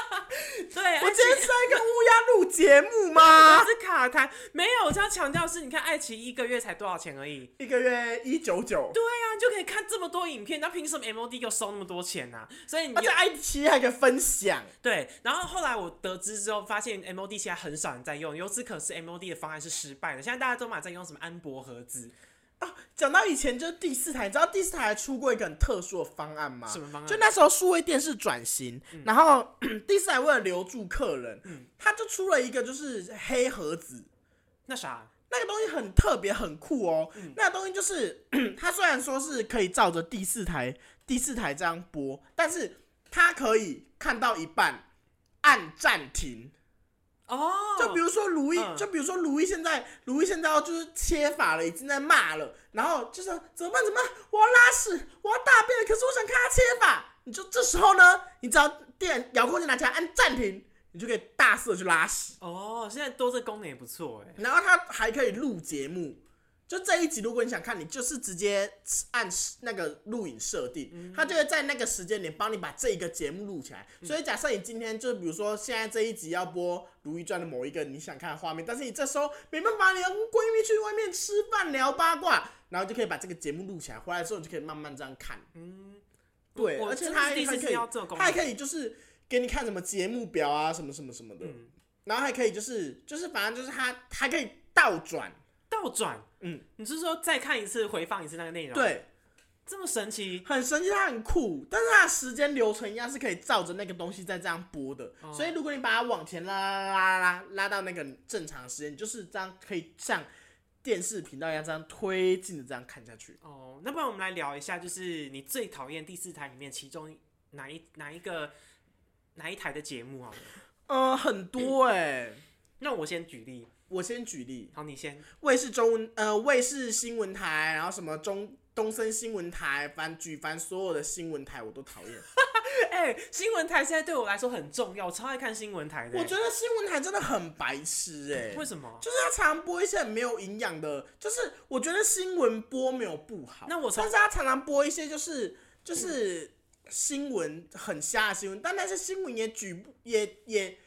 A: 对，爱
B: 今天
A: 奇
B: 是
A: 艺。
B: 在跟乌鸦录节目吗？
A: 是卡台没有，我就要强调的是，你看爱奇艺一个月才多少钱而已。
B: 一个月一九九，
A: 对啊，你就可以看这么多影片，那凭什么 MOD 给我收那么多钱呢、啊？所以你
B: 而
A: 就
B: 且 I 七还可以分享。
A: 对，然后后来我得知之后，发现 MOD 现在很少人在用，由此可知 MOD 的方案是失败的。现在大家都马在用什么安博盒子，
B: 哦讲到以前就是第四台，你知道第四台还出过一个很特殊的方案吗？
A: 什么方案嗯
B: 就那时候数位电视转型，然后 第四台为了留住客人，他就出了一个就是黑盒子。
A: 那啥，
B: 那个东西很特别，很酷哦。
A: 嗯
B: 那个东西就是 它虽然说是可以照着第四台第四台这样播，但是它可以看到一半按暂停。
A: 哦，
B: 就比如说卢易，
A: 嗯
B: 就比如说卢易现在，卢易现在要就是切法了，已经在骂了，然后就是怎么办？怎么办？我要拉屎，我要大便，可是我想看他切法。你就这时候呢，你只要电遥控器拿起来按暂停，你就可以大肆的去拉屎。
A: 哦，现在多这功能也不错哎。
B: 然后它还可以录节目，就这一集，如果你想看，你就是直接按那个录影设定，它就会在那个时间点帮你把这一个节目录起来。所以假设你今天就比如说现在这一集要播《如懿传》的某一个你想看的画面，但是你这时候没办法，你要跟闺蜜去外面吃饭聊八卦，然后就可以把这个节目录起来，回来之后你就可以慢慢这样看。
A: 嗯，
B: 对，
A: 我
B: 而且
A: 真
B: 它
A: 的是
B: 还
A: 第一
B: 还
A: 次
B: 可
A: 听
B: 以
A: 到这个，功
B: 它还
A: 能。
B: 可以就是给你看什么节目表啊，什么什么什么的，
A: 嗯
B: 然后还可以就是就是反正就是它还可以倒转。
A: 倒转，
B: 嗯，
A: 你是说再看一次回放一次那个内容？，
B: 对，
A: 这么神奇，
B: 很神奇，它很酷，但是它的时间流程一样是可以照着那个东西再这样播的，
A: 哦
B: 所以如果你把它往前拉拉拉拉拉拉到那个正常的时间，你就是这样可以像电视频道一样这样推进的这样看下去。
A: 哦，那不然我们来聊一下，就是你最讨厌第四台里面其中哪一哪一个哪一台的节目好 了？
B: 呃，很
A: 嗯
B: 多哎、
A: 那我先举例，
B: 我先举例，
A: 好，你先。
B: 卫视中文呃卫视新闻台，然后什么中东森新闻台，反正举凡所有的新闻台我都讨厌。
A: 哎、新闻台现在对我来说很重要，我超爱看新闻台的、欸
B: 我觉得新闻台真的很白痴哎、
A: 为什么？
B: 就是他常播一些很没有营养的，就是我觉得新闻播没有不好，
A: 那我从
B: 但是他常常播一些就是就是新闻很瞎的新闻，但那些新闻也举不也也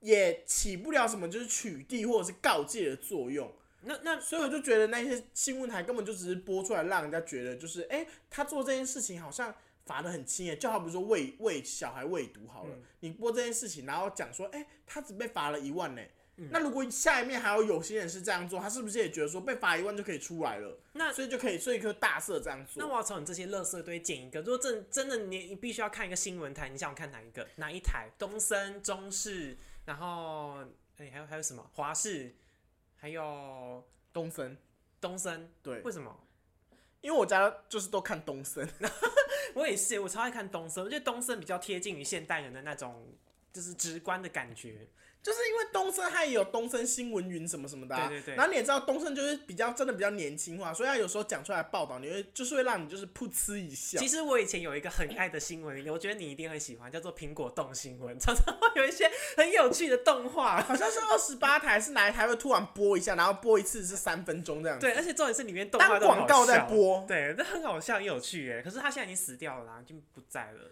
B: 也起不了什么就是取缔或者是告诫的作用，
A: 那那
B: 所以我就觉得那些新闻台根本就只是播出来让人家觉得就是哎、诶他做这件事情好像。罚的很轻耶，就好比说喂喂小孩喂毒好了，
A: 嗯
B: 你播这件事情，然后讲说，哎、他只被罚了一万呢，
A: 嗯
B: 那如果下一面还有有些人是这样做，他是不是也觉得说被罚一万就可以出来了？
A: 那
B: 所以就可以，所以就大赦这样
A: 那
B: 做。
A: 我要从你这些垃圾堆捡一个。如果真真的你你必须要看一个新闻台，你想看哪一个？哪一台？东森、中视，然后哎、还有还有什么？华视，还有
B: 东森，
A: 东森。
B: 对
A: 为什么？
B: 因为我家就是都看东森，
A: 我也是，我超爱看东森，我觉得东森比较贴近于现代人的那种就是直观的感觉。
B: 就是因为东森他也有东森新闻云什么什么的、啊，
A: 对对对
B: 然后你也知道东森就是比较真的比较年轻化，所以他有时候讲出来的报道，你会就是会让你就是噗嗤一笑
A: 其。实我以前有一个很爱的新闻，我觉得你一定会喜欢，叫做苹果动新闻，常常会有一些很有趣的动画。
B: 好像是二十八台还是哪一台会突然播一下，然后播一次是三分钟这样。，
A: 对，而且重点是里面动画
B: 当
A: 都很
B: 广
A: 好
B: 告在
A: 笑啊
B: 播，
A: 对，那很好笑，也有趣哎。可是他现在已经死掉了啦，已经不在了。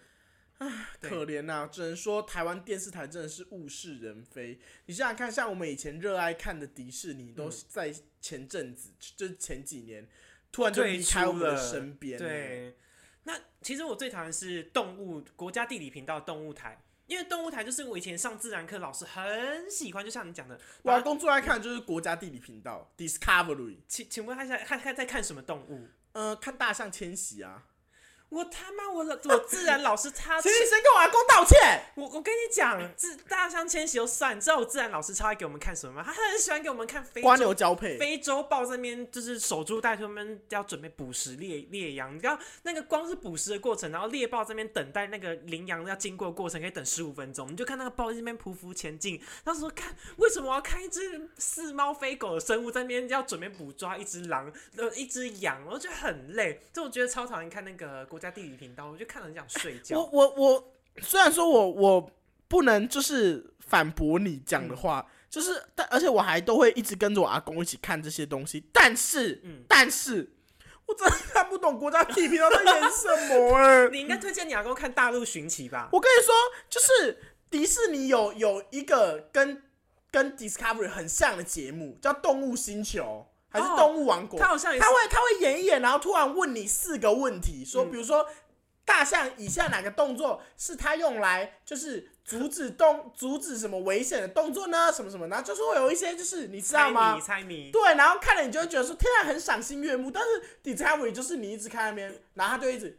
A: 对
B: 可怜呐、只能说台湾电视台真的是物是人非。你想想看，像我们以前热爱看的迪士尼，都是在前阵子，就是前几年突然就
A: 退
B: 离开我们的
A: 出了
B: 身边。，
A: 对，那其实我最讨厌是动物国家地理频道动物台，因为动物台就是我以前上自然课老师很喜欢，就像你讲的，
B: 我
A: 哇
B: 阿，公最爱看的就是国家地理频道 Discovery，
A: 请请问他在看看在看什么动物？
B: 呃，看大象迁徙啊。
A: 我他妈我老我自然 老师他
B: 请你先跟我阿公道歉。
A: 我我跟你讲，自大象迁徙就算，你知道我自然老师超爱给我们看什么吗？他很喜欢给我们看非
B: 瓜
A: 洲
B: 牛交配，
A: 非洲豹这边，就是守株待兔，他们要准备捕食猎猎羊。你知道那个光是捕食的过程，然后猎豹这边等待那个羚羊要经过的过程，可以等十五分钟。你就看那个豹在那边匍匐前进，他说：“看，为什么我要看一只似猫非狗的生物在那边要准备捕抓一只狼，呃，一只羊？”我就觉得很累，这我觉得超讨厌看那个国家地理频道，我就看了很想睡觉。
B: 我我我，虽然说我我不能就是反驳你讲的话，就是但而且我还都会一直跟着我阿公一起看这些东西，但是、
A: 嗯
B: 但是我真的看不懂国家地理频道在演什么哎、
A: 你应该推荐你阿公看《大陆寻奇》吧？
B: 我跟你说，就是迪士尼有有一个跟跟 Discovery 很像的节目，叫《动物星球》还是
A: 哦
B: 《动物王国》
A: 他好像也是
B: 他会他会演一演，然后突然问你四个问题，说
A: 嗯
B: 比如说大象以下哪个动作是他用来就是阻止动阻止什么危险的动作呢？什么什么，然后就是会有一些就是你知道
A: 猜谜
B: 吗？
A: 猜谜，
B: 对，然后看了你就会觉得说天啊很赏心悦目，但是 Discovery 就是你一直看那边，然后他就一直。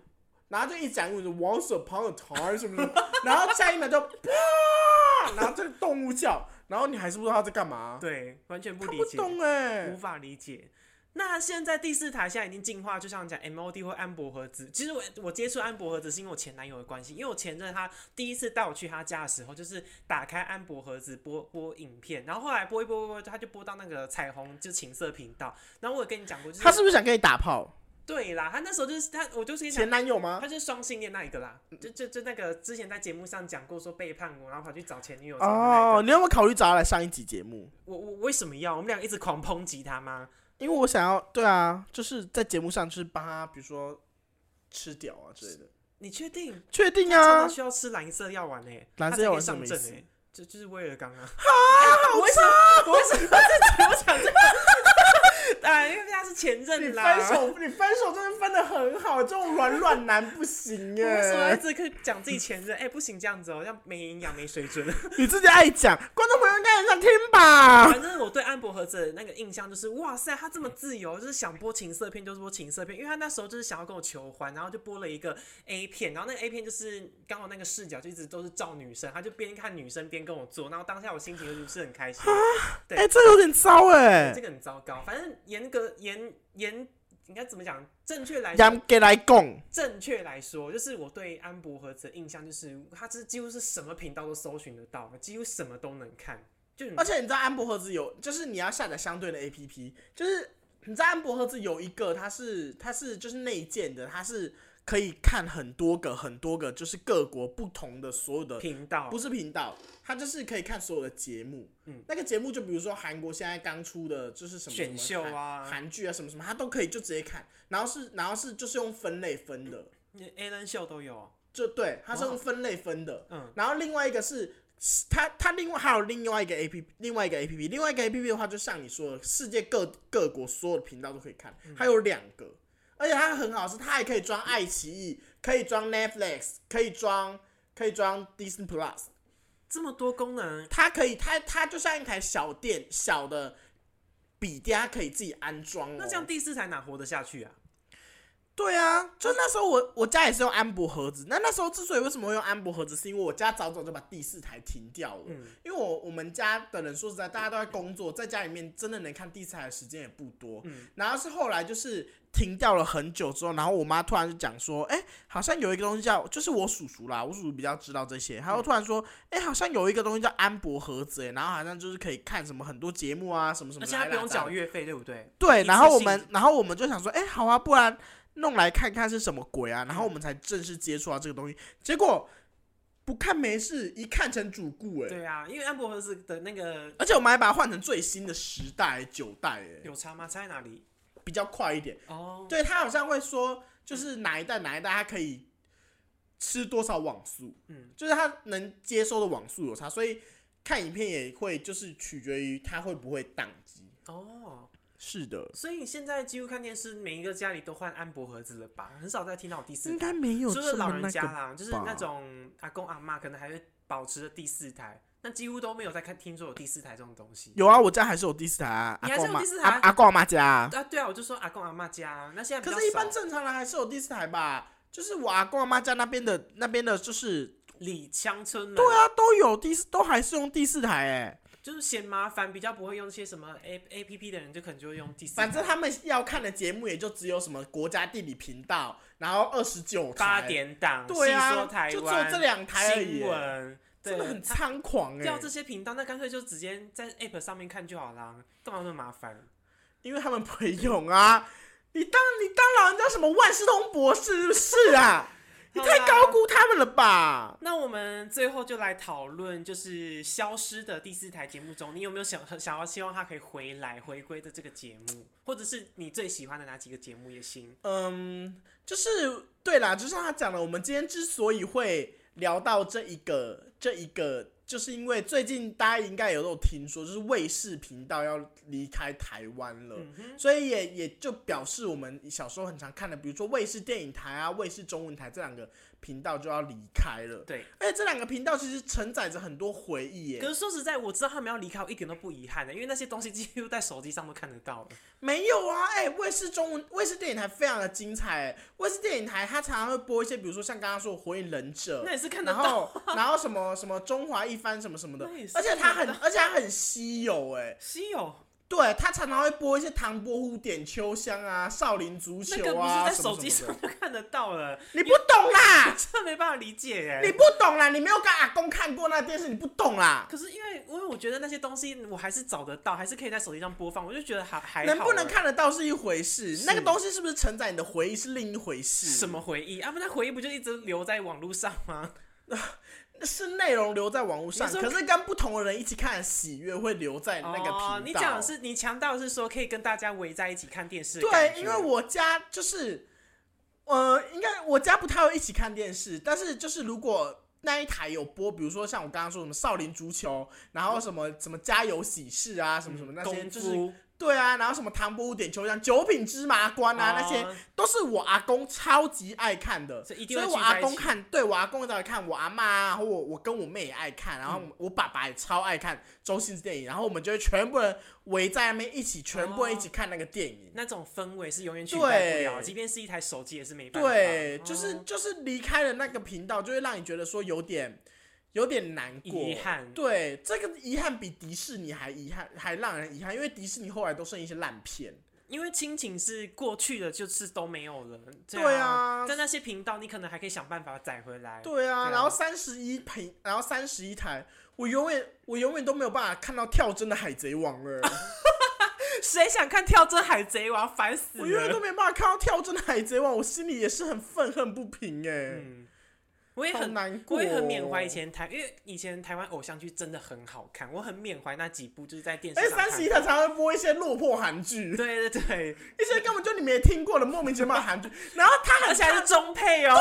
B: 然后就一讲，我就 once upon a time 什么什么，然后下一秒就啪，然后这个动物叫，然后你还是不知道他在干嘛，
A: 对，完全不
B: 看
A: 理
B: 不
A: 解，
B: 懂哎、
A: 无法理解。那现在第四台现在已经进化，就像讲 MOD 或安博盒子。其实我我接触安博盒子是因为我前男友的关系，因为我前任他第一次带我去他家的时候，就是打开安博盒子播播影片，然后后来播一播播播，他就播到那个彩虹就情色频道。然后我有跟你讲过，就
B: 他
A: 是
B: 是不是想跟你打炮？
A: 对啦，他那时候就是他，我就是跟你讲
B: 前男友吗？
A: 他就是双性恋那一个啦，就就就那个之前在节目上讲过说背叛我，然后跑去找前女友什么那个
B: 哦，你有没有考虑找他来上一集节目？
A: 我我为什么要？我们俩一直狂抨击他吗？
B: 因为我想要，对啊，就是在节目上就是帮他，比如说吃屌啊之类的。
A: 你确定？
B: 确定
A: 他
B: 啊
A: 常常？需要吃蓝色药丸呢、欸，
B: 蓝色药丸
A: 他才可以
B: 什
A: 上
B: 么意思
A: 阵呢、欸？就就是威尔刚啊！啊，为什
B: 哦
A: 么？我为什么自己我想这个？啊，因为他是前
B: 你
A: 任啦。
B: 分手，你分手真的分的很好，这种软软男不行
A: 我为什么要一
B: 耶。
A: 直可以讲自己前任？哎、不行这样子哦、这样没营养、没水 准。
B: 你自己爱讲，观众朋友应该很想听吧？
A: 反正我对安博盒子的那个印象就是，哇塞，他这么自由，就是想播情色片就是播情色片，因为他那时候就是想要跟我求欢，然后就播了一个 A 片，然后那个 A 片就是刚好那个视角就一直都是照女生，他就边看女生边跟我做，然后当下我心情就不是很 开心，对
B: 哎、这个有点糟哎、
A: 这个很糟糕。反正严格严严应该怎么讲？正确来
B: 杨
A: 说，
B: 给来供，
A: 正确来说，就是我对安博盒子的印象就是，他这几乎是什么频道都搜寻得到，几乎什么都能看，就你
B: 而且你知道安博盒子有，就是你要下载相对的 APP，就是你知道安博盒子有一个，它是它是就是内建的，它是可以看很多个很多个，就是各国不同的所有的，
A: 频道
B: 不是频道，它就是可以看所有的节目。
A: 嗯，
B: 那个节目就比如说韩国现在刚出的就是什么
A: 选秀
B: 什么
A: 啊
B: 韩韩剧啊什么什么，它都可以就直接看，然后是然后是就是用分类分的，
A: 你 A 人秀都有哦。
B: 就对，它是用分类分的。
A: 嗯，
B: 然后另外一个是，是它它另外还有另外一个 A P P，另外一个 A P P，另外一个 A P P 的话，就像你说的，世界各各国所有的频道都可以看，
A: 嗯
B: 它有两个，而且它很好是，它还可以装爱奇艺，可以装 Netflix，可以装可以装 Disney Plus，
A: 这么多功能，
B: 它可以它它就像一台小店小的笔电，它可以自己安装、哦。
A: 那这样第四台哪活得下去啊？
B: 对啊，就那时候我我家也是用安博盒子。那那时候之所以为什么会用安博盒子，是因为我家早早就把第四台停掉了。
A: 嗯
B: 因为我我们家的人说实在，大家都在工作，在家里面真的能看第四台的时间也不多。
A: 嗯
B: 然后是后来就是停掉了很久之后，然后我妈突然就讲说，哎、好像有一个东西叫，就是我叔叔啦，我叔叔比较知道这些，
A: 嗯
B: 他就突然说，哎、好像有一个东西叫安博盒子、欸诶然后好像就是可以看什么很多节目啊，什么什么
A: 而
B: 来
A: 且
B: 来
A: 它
B: 来，
A: 不用缴月费，对不对？
B: 对，
A: 一
B: 然
A: 次
B: 后我
A: 性
B: 们，然后我们就想说，哎、好啊，不然弄来看看是什么鬼啊？然后
A: 嗯
B: 我们才正式接触到这个东西，结果不看没事，一看成主顾哎、
A: 对啊，因为安博盒子的那个
B: 而且我们还把它换成最新的十代、九代哎、
A: 有差吗？差在哪里？
B: 比较快一点。
A: 哦，
B: 对他好像会说，就是哪一代哪一代它可以吃多少网速，
A: 嗯，
B: 就是它能接收的网速有差，所以看影片也会就是取决于它会不会宕机。
A: 哦，
B: 是的，
A: 所以现在几乎看电视，每一个家里都换安博盒子了吧？很少再听到第四
B: 应
A: 台
B: 该，没有
A: 除了
B: 这
A: 老
B: 么
A: 人
B: 那
A: 家
B: 个。
A: 啦，就是
B: 吧
A: 那种阿公阿妈可能还会保持着第四台，但几乎都没有在看听说有第四台这种东西。
B: 有啊，我家还是有第四台啊，
A: 你还
B: 阿
A: 是
B: 公
A: 有
B: 妈
A: 第四
B: 阿
A: 台
B: 阿公阿妈家啊。
A: 啊，对啊，我就说阿公阿妈家，啊那现在比
B: 可
A: 较
B: 是，一
A: 少
B: 般正常人还是有第四台吧？就是我阿公阿妈家那边的那边的，就是
A: 里乡村们，
B: 对啊，都有第四，都还是用第四台哎、
A: 就是嫌麻烦，比较不会用一些什么 A A P P 的人，就可能就会用第四台。
B: 反正他们要看的节目也就只有什么国家地理频道，然后二十九
A: 八
B: 台，
A: 点档，
B: 对
A: 戏
B: 啊
A: 说，台
B: 就只有
A: 湾
B: 这两台而已
A: 新
B: 欸，
A: 闻，
B: 真的很
A: 差。
B: 猖狂哎、
A: 掉这些频道，那干脆就直接在 App 上面看就好啦，干嘛那么麻烦？
B: 因为他们不会用啊。你当你当老人家什么万事通博士是不是啊？你太
A: 好啦
B: 高估他们了吧？
A: 那我们最后就来讨论，就是消失的第四台节目中，你有没有想想要希望它可以回来回归的这个节目，或者是你最喜欢的哪几个节目也行？
B: 嗯，就是对啦，就像他讲的，我们今天之所以会聊到这一个这一个，就是因为最近大家应该有都有听说，就是卫视频道要离开台湾了。
A: 嗯哼，
B: 所以也也就表示我们小时候很常看的，比如说卫视电影台啊、卫视中文台这两个频道就要离开了。
A: 对。
B: 而且这两个频道其实承载着很多回忆
A: 可
B: 耶。
A: 是说实在，我知道他们要离开，我一点都不遗憾的，因为那些东西几乎在手机上都看得到了。
B: 没有啊，哎、卫视中文、卫视电影台非常的精彩耶。卫视电影台它常常会播一些，比如说像刚刚说《火影忍者》
A: 那，也是看得
B: 然
A: 到，
B: 后然后什么什么中华一番什么什么的
A: 那也，是
B: 而且它
A: 看
B: 很
A: 得
B: 而且它很稀有哎。
A: 稀有
B: 对，它常常会播一些唐伯虎点秋香啊、少林足
A: 那个
B: 球
A: 不是
B: 啊
A: 在
B: 什么
A: 手
B: 什
A: 机上
B: 么的。
A: 就看得到了，
B: 你不懂 啦，
A: 这没办法理解耶。
B: 你不懂啦，你没有跟阿公看过那电视，你不懂啦。
A: 可是因为因为我觉得那些东西我还是找得到，还是可以在手机上播放，我就觉得还还好
B: 能不能
A: 欸
B: 看得到是一回事，那个东西是不是承载你的回忆是另一回事。
A: 什？么回忆啊？不，那回忆不就一直留在网络上吗？
B: 是内容留在网络上，
A: 你说
B: 可是跟不同的人一起看，喜悦会留在那个频道。
A: 哦、你讲的是你强调的是说可以跟大家围在一起看电视的感觉，
B: 对，因为我家就是，呃，应该我家不太会一起看电视，但是就是如果那一台有播，比如说像我刚刚说什么少林足球，然后什么什么家有喜事啊，什么什么那些，
A: 嗯功
B: 就是
A: 夫
B: 对啊，然后什么唐伯虎点秋香、九品芝麻官啊，那些
A: 哦
B: 都是我阿公超级爱看的，
A: 所
B: 所
A: 以一
B: 以
A: 定会
B: 我
A: 聚在
B: 阿公
A: 一起
B: 看，对我阿公也在看，我阿妈啊，或我我跟我妹也爱看，然后
A: 嗯
B: 我爸爸也超爱看周星驰电影，然后我们就会全部人围在那边一起，全部人一起看那个电影。
A: 那种氛围是永远取代不了，
B: 对
A: 即便是一台手机也是没办法。
B: 对
A: 哦，
B: 就是就是离开了那个频道，就会让你觉得说有点有点难过，
A: 遗憾
B: 对，这个遗憾比迪士尼还遗憾，还让人遗憾，因为迪士尼后来都剩一些烂片。
A: 因为亲情是过去的，就是都没有了。
B: 对啊
A: 在那些频道，你可能还可以想办法载回来。
B: 对啊，
A: 对啊
B: 然后三十一平，然后三十一台，我永远我永远都没有办法看到跳针的海贼 王了，
A: 啊谁想看跳针海贼王？烦死了！
B: 我永远都没办法看到跳针的海贼王，我心里也是很愤恨不平哎、
A: 嗯，我也
B: 好
A: 很
B: 难过、哦
A: 我也很缅怀以。前台，因为以前台湾偶像剧真的很好看，我很缅怀那几部就是在电视
B: 哎，
A: 上看。
B: 三十一台常会播一些落魄 韩剧，
A: 对对对，
B: 一些根本就你没听过的莫名其妙的 韩剧，然后他
A: 而
B: 很
A: 且还是中配哦，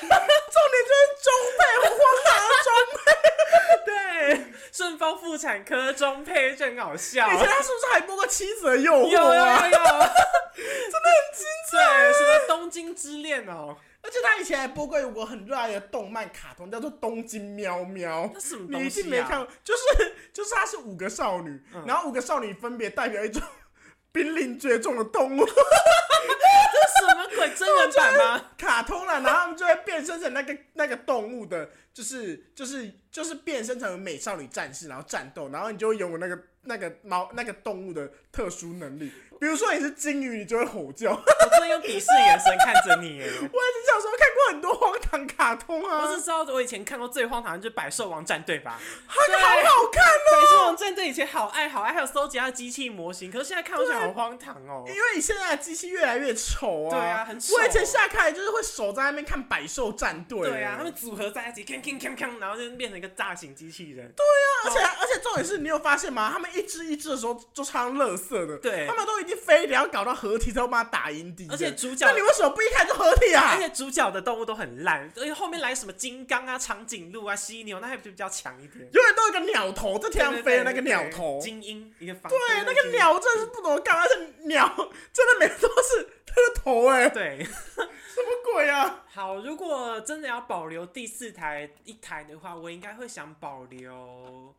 B: 重点就是中配荒唐的中配，
A: 对，顺丰妇产科中配，真好笑。
B: 以前他是不是还播过《妻子的诱
A: 有
B: 惑
A: 有》
B: 啊？
A: 有有，真的很精彩。对，什么东京之恋哦，
B: 而且他以前还播过一个很热爱的动漫卡通，叫做《东京喵喵》。
A: 那什么
B: 你
A: 东
B: 一定
A: 西
B: 没
A: 啊？
B: 看过，就是就是她是五个少女，
A: 嗯
B: 然后五个少女分别代表一种 濒临绝种的动物
A: 这什么鬼真人版吗？
B: 卡通了，然后他们就会变身成那个那个动物的，就是就是就是变身成美少女战士，然后战斗，然后你就会拥有那个那个猫那个动物的特殊能力，比如说你是金鱼，你就会吼叫。 我
A: 我真的用鄙视眼神看着你耶。
B: 也是小时候看过很多荒唐卡通啊，
A: 我只知道我以前看过最荒唐的就是《百兽王战队》吧，
B: 那个好好看哦。
A: 《百兽王战队》以前好爱好爱，还有收集它的机器模型，可是现在看我想好荒唐哦。
B: 因为你现在的机器越来越丑啊，
A: 对啊很丑
B: 我以前下课就是会守在那边看百兽战队，
A: 对啊，他们组合在一起，锵锵锵锵，然后就变成一个大型机器人。
B: 而
A: 哦
B: 且而且重点是你有发现吗？他们一只一只的时候就超乐色的，
A: 对
B: 他们都一定非得要搞到合体才会把它打赢敌人。
A: 而且主角
B: 那你为什么不一开始就合体啊
A: 而？且主角的动物都很烂，而且后面来什么金刚啊、长颈鹿啊、犀牛，那还比较强一点。
B: 永远都有一个鸟头在天上飞的那个鸟头，
A: 精英一个方，
B: 对，那
A: 精
B: 个
A: 英，
B: 鸟真的是不懂干嘛，而且鸟真的每次都是 它的头哎、
A: 对。
B: 什么鬼啊？
A: 好，如果真的要保留第四台一台的话，我应该会想保留。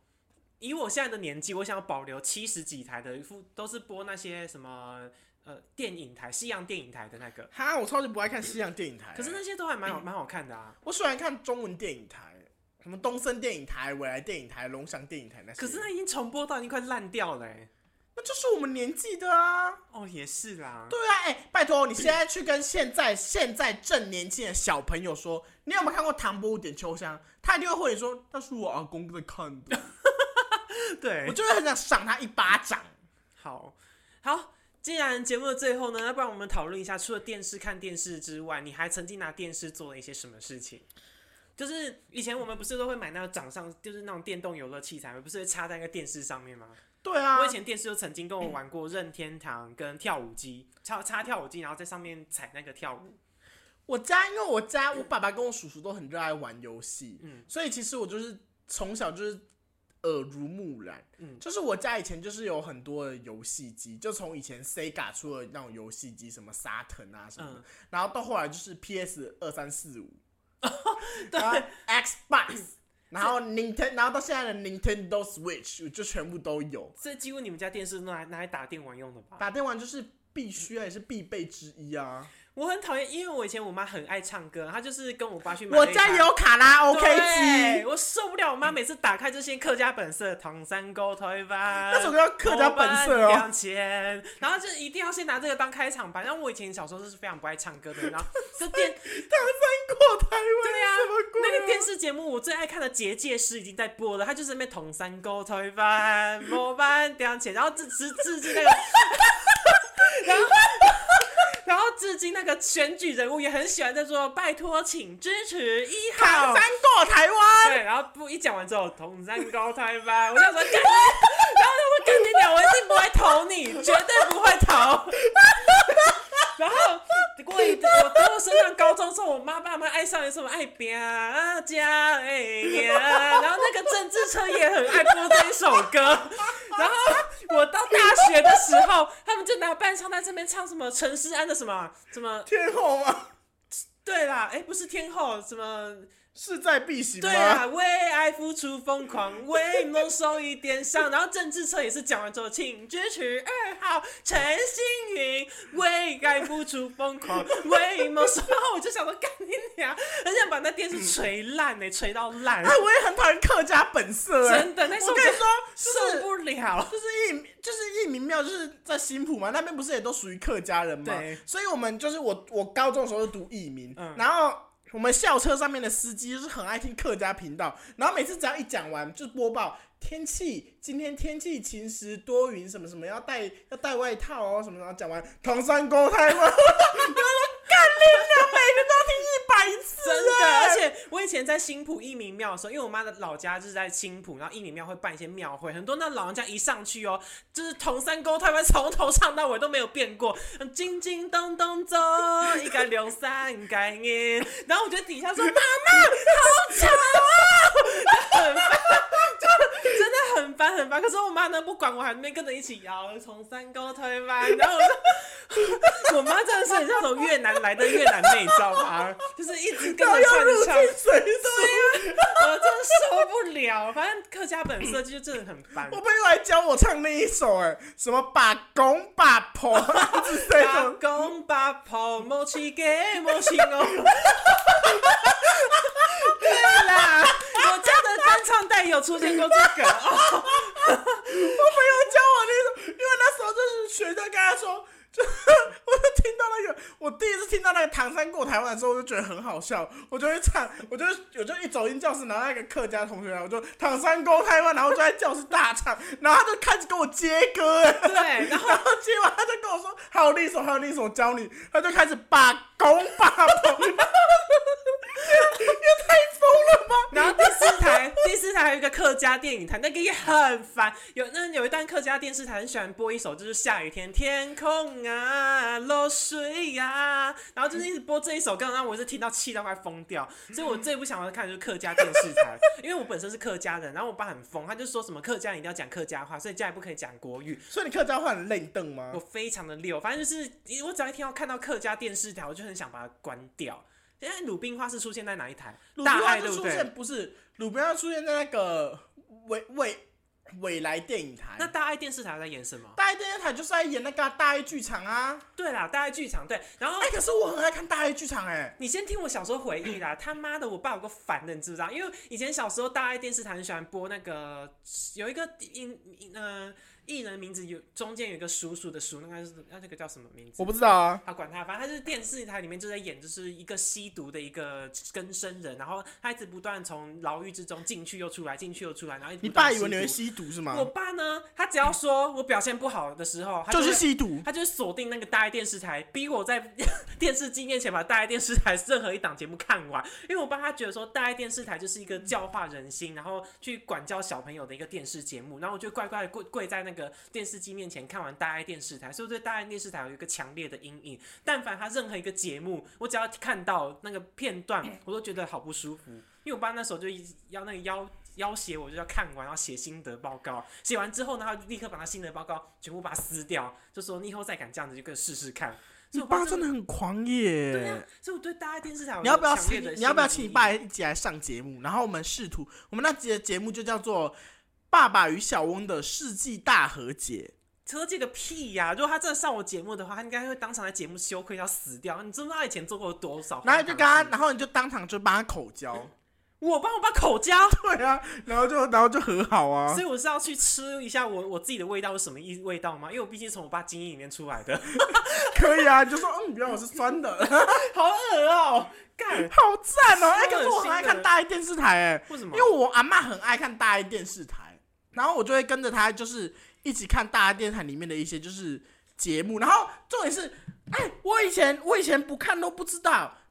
A: 以我现在的年纪，我想要保留七十几台的，副都是播那些什么呃电影台、西洋电影台的那个，
B: 哈，我超级不爱看西洋电影台、
A: 可是那些都还
B: 嗯
A: 蛮好蛮好看的啊。
B: 我喜欢看中文电影台，什么东森电影台、未来电影台、龙翔电影台那些。
A: 可是那已经重播到已经快烂掉了、欸。
B: 那就是我们年纪的啊。
A: 哦，也是啦。
B: 对啊，哎、拜托你现在去跟现在现在正年轻的小朋友说，你有没有看过《唐伯虎点秋香》？他一定会回你说那是我阿公在看的，
A: 对
B: 我，就会很想赏他一巴掌。
A: 好好。既然节目的最后呢，那不然我们讨论一下，除了电视看电视之外，你还曾经拿电视做了一些什么事情？就是以前我们不是都会买那个掌上，就是那种电动游乐器材，不是会插在那个电视上面吗？
B: 对啊
A: 我以，前电视就曾经跟我玩过任天堂跟跳舞机，插插跳舞机，然后在上面踩那个跳舞。
B: 我家因为我家我爸爸跟我叔叔都很热爱玩游戏，
A: 嗯
B: 所以其实我就是从小就是耳濡目染，
A: 嗯
B: 就是我家以前就是有很多的游戏机，就从以前 Sega 出的那种游戏机，什么沙腾啊什么的，
A: 嗯
B: 然后到后来就是 PS 二三四五，
A: 哦对
B: 然后 Xbox，然后 Nintendo，然后到现在的 Nintendo Switch 就全部都有。
A: 所以几乎你们家电视都拿来拿来打电玩用的吧？
B: 打电玩就是必须啊也是必备之一啊！
A: 我很讨厌，因为我以前我妈很爱唱歌，她就是跟我爸去买
B: 我
A: 了一
B: 家
A: 台
B: 也有卡拉 OK
A: 对
B: 机，
A: 我受不了，我妈每次打开就先客家本色，唐山沟推翻。
B: 那首歌叫客家本色
A: 我们
B: 哦。
A: 两千，然后就一定要先拿这个当开场白。然后我以前小时候就是非常不爱唱歌的，然后 就电
B: 唐山过台湾，
A: 对啊
B: 什么鬼啊
A: 那个电视节目我最爱看的《结界师》已经在播了，他就是在那边同山沟推翻模板两千，然后致致致敬那 个，然后然后致敬那个选举人物也很喜欢在说拜托请支持一号
B: 唐山过台湾，
A: 对，然后不一讲完之后，同山高台吧，我想说干你，然后他说干你娘，我一定不会投你，绝对不会投。 然后过一阵，我等我升上高中之后，我妈爸妈爱上有什么爱拼啊家哎呀，然后那个郑智车也很爱播这一首歌。 然后我到大学的时候，他们就拿伴唱在这边唱什么陈思安的什么什么，
B: 天后吗？
A: 对啦，哎不是天后什么。
B: 势在必行吗？
A: 对啊，为爱付出疯狂，为梦受一点伤。然后政治车也是讲完之后，请支持二号陈星云，为爱付出疯狂，为梦受。然后我就想说，干你娘，很想把那电视锤烂呢、欸锤到烂
B: 哎，，我也很讨厌客家本色、哎
A: 真的。那时
B: 我
A: 候
B: 跟你说，
A: 受
B: 就是
A: 不了。
B: 就是一就是一民庙，就是在新浦嘛，那边不是也都属于客家人嘛
A: 对，
B: 所以我们就是我我高中的时候就读艺民，
A: 嗯
B: 然后。我们校车上面的司机就是很爱听客家频道，然后每次只要一讲完，就播报天气，今天天气晴时多云，什么什么要带要带外套哦，什么然后讲完唐山沟台湾，然后 说干你娘，每个都要听一百次，
A: 真的，而且我以前在新浦义民庙的时候，因为我妈的老家就是在新浦，然后义民庙会办一些庙会，很多那老人家一上去哦，就是同山沟他们从头唱到尾都没有变过，嗯叮叮咚咚走，一个六三改耶，然后我觉得底下说妈妈好吵啊，就很烦，就真的很很烦很烦，可是我妈呢不管我，还在那边跟着一起摇，从山沟推翻，然后我就，我妈真的是很像从越南来的越南妹，你知道吗？ 就是一直跟
B: 哎然后
A: 着
B: 要入
A: 串
B: 境
A: 唱，
B: 随
A: 啊
B: 俗。
A: 我真受不了。反正客家本色就真的很烦
B: 我，朋友还教我唱那一首、哎，什么把公把婆之类
A: 八
B: 的，
A: 公八婆莫去给莫去 哦。对啦，我家的单唱带有出现过这个哦。
B: 我朋友教我那首，因为那时候就是学生跟他说，就我就听到那个，我第一次听到那个唐三过台湾的时候，我就觉得很好笑，我就会唱，我就我就一走进教室，然后那个客家同学来，我就唐三过台湾，然后就在教室大唱，然后他就开始跟我接歌、哎。
A: 对，然后
B: 然后接完他就跟我说，还有另一首，还有另一首我教你，他就开始把拱 把拱，也太疯了吧！
A: 然后第四台， 第四台还有一个客家电影台，那个也很烦。有那有一段客家电视台很喜欢播一首，就是下雨天，天空啊，落水呀、然后就是一直播这一首歌，让我是听到气到快疯掉。所以我最不想要看的就是客家电视台，因为我本身是客家人，然后我爸很疯，他就说什么客家人一定要讲客家话，所以家里不可以讲国语。
B: 所以你客家话很愣瞪吗
A: 我？非常的溜，反正就是我只要一听到看到客家电视台，我就很想把它关掉。现在鲁冰花是出现在哪一台？
B: 鲁冰
A: 大
B: 花
A: 爱
B: 就
A: 对不
B: 出
A: 对？
B: 现不是鲁冰花出现在那个未未未来电影台，
A: 那大爱电视台在演什么？
B: 大爱电视台就是在演那个啊大爱剧场啊。
A: 对啦，大爱剧场对。然后
B: 哎、可是我很爱看大爱剧场哎、
A: 你先听我小时候回忆啦，他妈的，我爸有个烦的，你知不知道？因为以前小时候大爱电视台很喜欢播那个有一个艺呃艺人名字有中间有一个叔叔的叔，那个是那这个叫什么名字？
B: 我不知道啊。
A: 啊，管他，反正他就是电视台里面就在演，就是一个吸毒的一个更生人，然后他一直不断从牢狱之中进去又出来，进去又出来，然后一直
B: 你
A: 不断
B: 爸以为你会
A: 吸
B: 吸毒是
A: 毒。我
B: 吗？
A: 爸呢，他只要说我表现不好的时候，他
B: 就是
A: 会
B: 吸毒。
A: 他就是锁定那个大爱电视台，逼我在 电视机面前把大爱电视台任何一档节目看完，因为我爸他觉得说大爱电视台就是一个教化人心，然后去管教小朋友的一个电视节目，然后我就乖乖的跪跪在那个电视机面前看完大爱电视台，所以我对大爱电视台有一个强烈的阴影。但凡他任何一个节目，我只要看到那个片
B: 嗯
A: 段，我都觉得好不舒服，因为我爸那时候就一直要那个要。要挟我就要看完，然后写心得报告。写完之后呢，他立刻把他心得报告全部把它撕掉，就说你以后再敢这样子，就跟试试看。所
B: 你
A: 以我爸
B: 爸真的很狂耶！
A: 对啊，所以我对大家电视台有
B: 哎你要不要
A: 强烈
B: 请
A: 的
B: 你要不要
A: 心
B: 请
A: 理
B: 你
A: 阴
B: 爸
A: 影？
B: 一起来上节目？然后我们试图，我们那集的节目就叫做《爸爸与小翁的世纪大和解
A: 扯这个屁呀、如果他真的上我节目的话，他应该会当场在节目羞愧到死掉。你知不知道他以前做过多少》，荒
B: 然后
A: 唐
B: 你
A: 事？
B: 就跟他，然后你就当场就帮他 口交，
A: 我帮我爸口交，
B: 对啊，然后就然后就和好啊
A: 所。以我是要去吃一下我我自己的味道是什么意味道吗？因为我毕竟是从我爸精液里面出来 的，
B: 可以啊，你就说嗯，原来我是酸的，
A: 好恶哦、干，
B: 好赞哦！哎、
A: 超恶心的
B: 可是我很爱看大爱电视台哎、
A: 为什
B: 因
A: 么？
B: 为我阿妈很爱看大爱电视台，然后我就会跟着她，就是一起看大爱电视台里面的一些就是节目。然后重点是，哎、我以前我以前不看都不知道，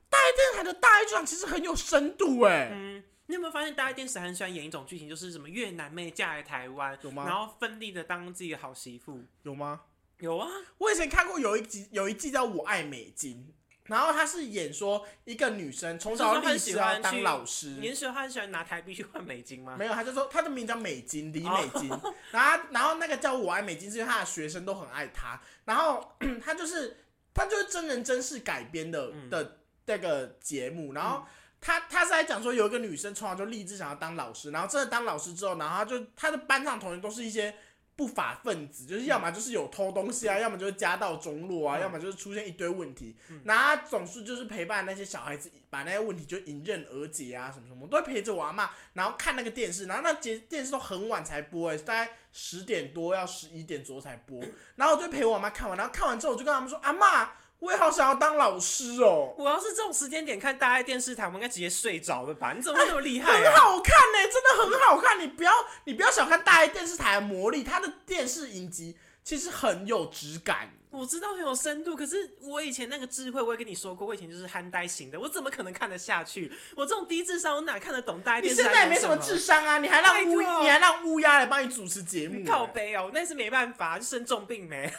B: 大爱电视台的大爱剧场其实很有深度哎、
A: 嗯，你有没有发现大家电视台很喜欢演一种剧情，就是什么越南妹嫁来台湾，
B: 有
A: 然
B: 吗？
A: 后奋力的当自己的好媳妇？
B: 有吗？
A: 有啊，
B: 我以前看过有一集有一季叫《我爱美金》。然后她是演说一个女生从小
A: 就是她
B: 立
A: 很
B: 志
A: 喜
B: 要
A: 欢
B: 当
A: 去
B: 老师，
A: 你是说他很喜欢拿台币去换美金吗？
B: 没有，他就说他的名叫美金，李美金。 然后他然后那个叫我爱美金，是因为他的学生都很爱他。然后 他就是他就是真人真事改编的、的那个节目，然后。他他是在讲说，有一个女生从小就立志想要当老师，然后真的当老师之后，然后她就她的班上同学都是一些不法分子，就是要么就是有偷东西啊，要么就是家道中落啊，
A: 嗯
B: 要么就是出现一堆问题。然后他总是就是陪伴那些小孩子，把那些问题就迎刃而解啊，什么什么，我都会陪着我阿妈，然后看那个电视，然后那节电视都很晚才播、欸，大概十点多要十一点左右才播。然后我就陪我阿妈看完，然后看完之后我就跟他们说：“阿妈，我也好想要当老师哦、
A: 我要是这种时间点看大爱电视台，我应该直接睡着了吧？你怎么会那么厉害
B: 很
A: 啊？
B: 好看呢、真的很好看。你不要，你不要小看大爱电视台的魔力，它的电视影集其实很有质感。
A: 我知道很有深度，可是我以前那个智慧，我也跟你说过，我以前就是憨呆型的，我怎么可能看得下去？我这种低智商，我哪看得懂大爱
B: 你
A: 电视
B: 现
A: 台？
B: 在也没什么智商啊，你还让
A: 拜托
B: 乌，你还让乌鸦来帮你主持节目、
A: 靠
B: 欸。
A: 背哦，那是没办法，就生重病没。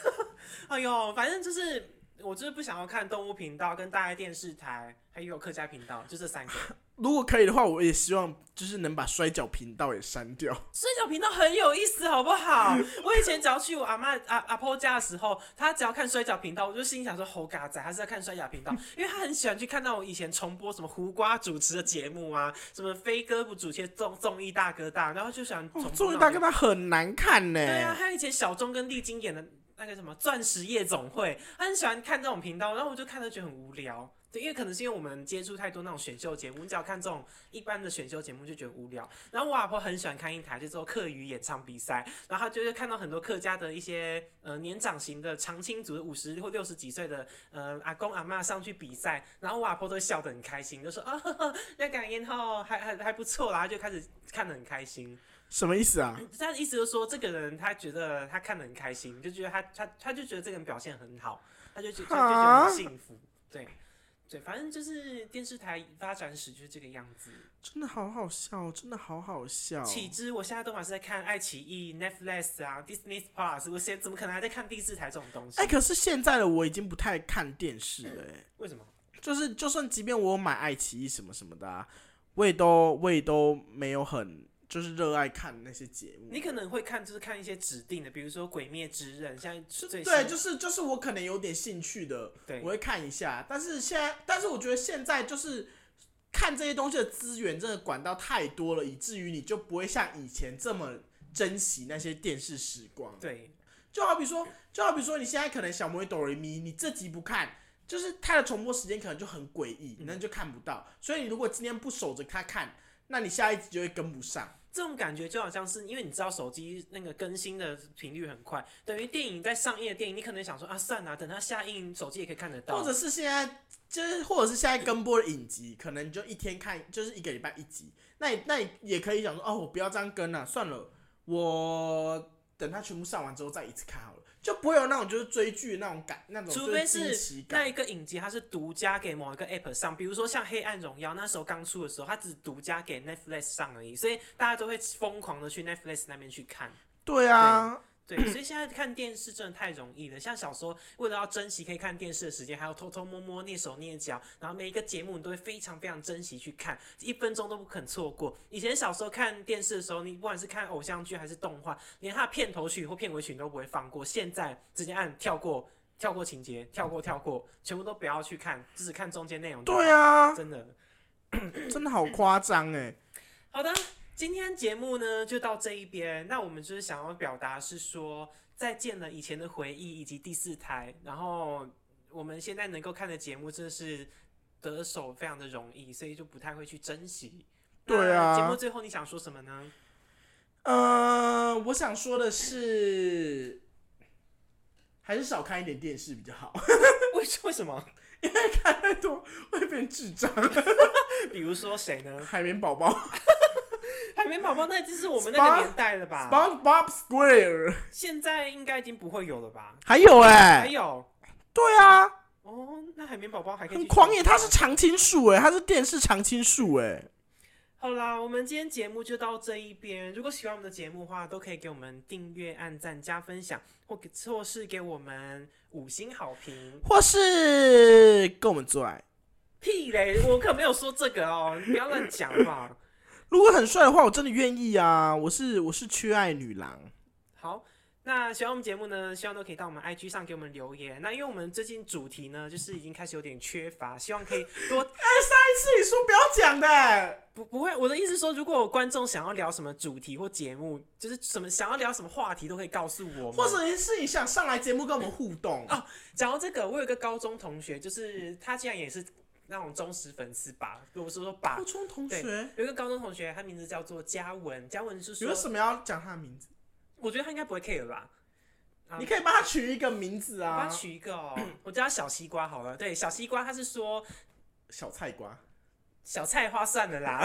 A: 哎呦，反正就是我就是不想要看动物频道、跟大爱电视台，还有客家频道，就这三个。
B: 如果可以的话，我也希望就是能把摔跤频道也删掉。
A: 摔跤频道很有意思，好不好？ 我以前只要去我阿妈阿阿婆家的时候，她只要看摔跤频道，我就心想说猴嘎仔，她是在看摔跤频道，因为她很喜欢去看那种以前重播什么胡瓜主持的节目啊，什么飞哥不主持的综综艺大哥大，然后就想重播那种
B: 综哦艺大哥大很难看呢、
A: 对啊，还有以前小钟跟丽晶演的那个什么《钻石夜总会》，他很喜欢看这种频道，然后我就看着觉得很无聊。对，因为可能是因为我们接触太多那种选秀节目，你只要看这种一般的选秀节目就觉得无聊。然后我老婆很喜欢看一台叫做客语演唱比赛，然后她就会看到很多客家的一些呃年长型的长青族五十或六十几岁的呃阿公阿妈上去比赛，然后我老婆都笑得很开心，就说啊呵呵那感言后还还还不错啦，就开始看得很开心。
B: 什么意思啊？
A: 他的意思就是说，这个人他觉得他看得很开心，就觉得他他他就觉得这个人表现很好，他就觉他就觉得
B: 啊
A: 很幸福，对对，反正就是电视台发展史就是这个样子。
B: 真的好好笑，真的好好笑。
A: 岂知我现在都还是在看爱奇艺、Netflix 啊、Disney Plus，我现在怎么可能还在看第四台这种东西？
B: 哎、可是现在的我已经不太看电视了、欸，
A: 为什么？
B: 就是就算即便我有买爱奇艺什么什么的、啊，我也都我也都没有很就是热爱看那些节目。
A: 你可能会看，就是看一些指定的，比如说《鬼灭之刃》，像最
B: 对，
A: 新
B: 就是就是我可能有点兴趣的，
A: 对
B: 我会看一下。但是现在，但是我觉得现在就是看这些东西的资源真的管道太多了，以至于你就不会像以前这么珍惜那些电视时光。
A: 对
B: 就好比说，就好比说，你现在可能小魔女哆瑞咪，你这集不看，就是它的重播时间可能就很诡异，那你就看不到。所以你如果今天不守着它看，那你下一集就会跟不上。
A: 这种感觉就好像是因为你知道手机那个更新的频率很快，等于电影在上映的电影，你可能想说啊，算了、等它下映手机也可以看得到。
B: 或者是现在就是，或者是现在跟播的影集，可能你就一天看，就是一个礼拜一集。那你那你也可以想说，哦，我不要这样跟了、算了，我等它全部上完之后再一次看好了，就不会有那种就是追剧的那种感，那种
A: 除
B: 就
A: 非
B: 惊喜
A: 是
B: 感
A: 那一个影集，它是独家给某一个 App 上，比如说像《黑暗荣耀》那时候刚出的时候，它只独家给 Netflix 上而已，所以大家都会疯狂的去 Netflix 那边去看。
B: 对啊。
A: 对，所以现在看电视真的太容易了。像小时候，为了要珍惜可以看电视的时间，还要偷偷摸摸、蹑手蹑脚，然后每一个节目你都会非常非常珍惜去看，一分钟都不肯错过。以前小时候看电视的时候，你不管是看偶像剧还是动画，连它的片头曲或片尾曲你都不会放过。现在直接按跳过，跳过情节，跳过跳过，全部都不要去看，只看中间内容。
B: 对，啊，
A: 真的。
B: 真的好夸张哎！
A: 好的，今天节目呢就到这一边。那我们就是想要表达是说，再见了以前的回忆以及第四台，然后我们现在能够看的节目真的是得手非常的容易，所以就不太会去珍惜。
B: 对啊
A: 那节目最后你想说什么呢？
B: 呃，我想说的是，还是少看一点电视比较好，
A: 为为什么？
B: 看太多会变智障。
A: 比如说谁呢？
B: 海绵宝宝
A: 海绵宝宝那就是我们那个年代了 吧？
B: ，SpongeBob Square，
A: 现在应该已经不会有了吧？
B: 还有
A: 还
B: 哎、
A: 有
B: 对啊，
A: 哦，那海绵宝宝还可以
B: 很
A: 继续
B: 狂野，它是常青树哎、它是电视常青树哎、
A: 好啦，我们今天节目就到这一边。如果喜欢我们的节目的话，都可以给我们订阅、按赞、加分享，或给或是给我们五星好评。
B: 或是跟我们做爱。
A: 屁嘞，我可没有说这个哦，你不要乱讲嘛。
B: 如果很帅的话，我真的愿意啊！我是我是缺爱女郎，哎
A: 好，那喜欢我们节目呢，希望都可以到我们 IG 上给我们留言。那因为我们最近主题呢，就是已经开始有点缺乏，希望可以多
B: 是你说不要讲的、
A: 不不会，我的意思是说，如果有观众想要聊什么主题或节目，就是什么想要聊什么话题，都可以告诉我们。
B: 或者是你想上来节目跟我们互动
A: 啊讲到这个，我有一个高中同学，就是他竟然也是那种忠实粉丝吧，我是说吧
B: 高，中啊同
A: 对
B: 学，
A: 有一个高中同学，他名字叫做嘉文，嘉文是说
B: 有啊为，什么要讲他的名字？
A: 我觉得他应该不会 care 吧。啊
B: 你可以帮他取一个名字
A: 我帮
B: 啊
A: 他，取一个 哦，我叫他小西瓜好了。对，小西瓜，他是说
B: 小菜瓜，
A: 小菜花算了 啦。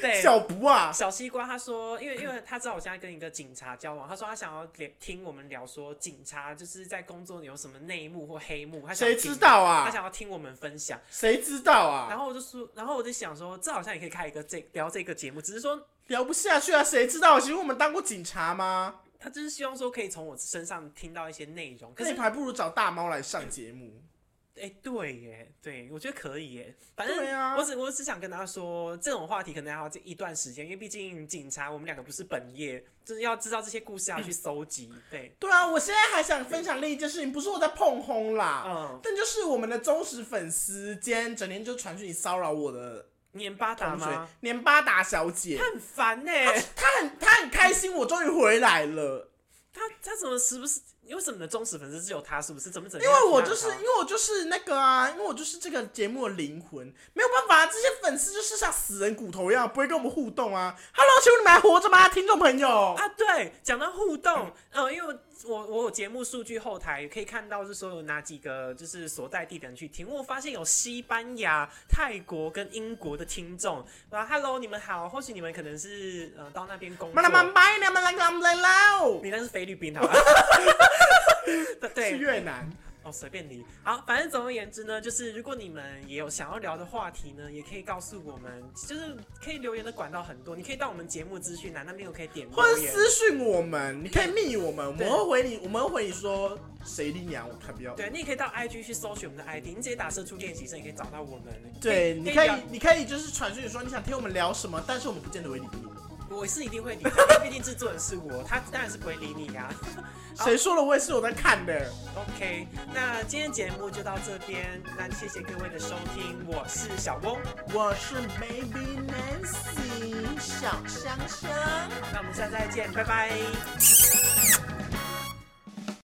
A: 对，
B: 小不啊，
A: 小西瓜他说，因为因为他知道我现在跟一个警察交往，他说他想要聊听我们聊说警察就是在工作有什么内幕或黑幕，他想要
B: 谁
A: 听
B: 知道
A: 他
B: 啊？
A: 想要听我们分享。
B: 谁知道
A: 然
B: 啊？
A: 后我就说，然后我就想说，这好像也可以开一个这聊这个节目，只是说
B: 聊不下去啊？谁知道？请问我们当过警察吗？
A: 他就是希望说可以从我身上听到一些内容。可
B: 那
A: 是
B: 你，还不如找大猫来上节目。
A: 哎、对耶，对我觉得可以耶。反正
B: 对啊
A: 我，只我只想跟大家说，这种话题可能还要一段时间，因为毕竟警察我们两个不是本业，就是要知道这些故事要去搜集。对，
B: 对啊，我现在还想分享另一件事情，不是我在碰轰啦，
A: 嗯，
B: 但就是我们的忠实粉丝，今天整天就传讯息骚扰我的
A: 年巴达
B: 同学
A: 吗？
B: 年巴达小姐，
A: 他很烦呢、
B: 她很她很开心，我终于回来了，
A: 他他怎么时不时？为什么你的忠实粉丝只有他？是不是？怎么整天
B: 因为
A: 要
B: 我
A: 听
B: 就
A: 到
B: 是
A: 他
B: 因为我就是那个啊，因为我就是这个节目的灵魂，没有办法，这些粉丝就是像死人骨头一样，不会跟我们互动啊。Hello，请问你们还活着吗，听众朋友？
A: 啊，对，讲到互动，呃，因为我我我有节目数据后台可以看到，是说有哪几个就是所在地点去听，我发现有西班牙、泰国跟英国的听众，啊，Hello，你们好，或许你们可能是呃到那边工
B: 妈啦妈
A: 作，
B: 妈啦妈啦啦啦啦！
A: 你那是菲律宾好 吧？对
B: 是
A: 对，
B: 越南，
A: 哦，随便你。好，反正总而言之呢，就是如果你们也有想要聊的话题呢，也可以告诉我们，就是可以留言的管道很多，你可以到我们节目资讯栏那边，我可以点
B: 或者
A: 留言。
B: 私讯我们，你可以密我们，我
A: 对
B: 们会回你，我们会回你说谁领养我才不要。
A: 对，你也可以到 IG 去搜寻我们的 ID，你直接打“社畜练习生”也可以找到我们。
B: 对，你
A: 可以
B: 可以
A: 聊，
B: 你可以就是传讯说你想听我们聊什么，但是我们不见得会理你。
A: 我是一定会理的，因为毕竟制作人是我，他当然是不会理你啊。好
B: 谁说了我也是有在看的，
A: OK，那今天节目就到这边，那谢谢各位的收听，我是小翁，
B: 我是 Baby Nancy 小香香。
A: 那我们下次再见，拜拜。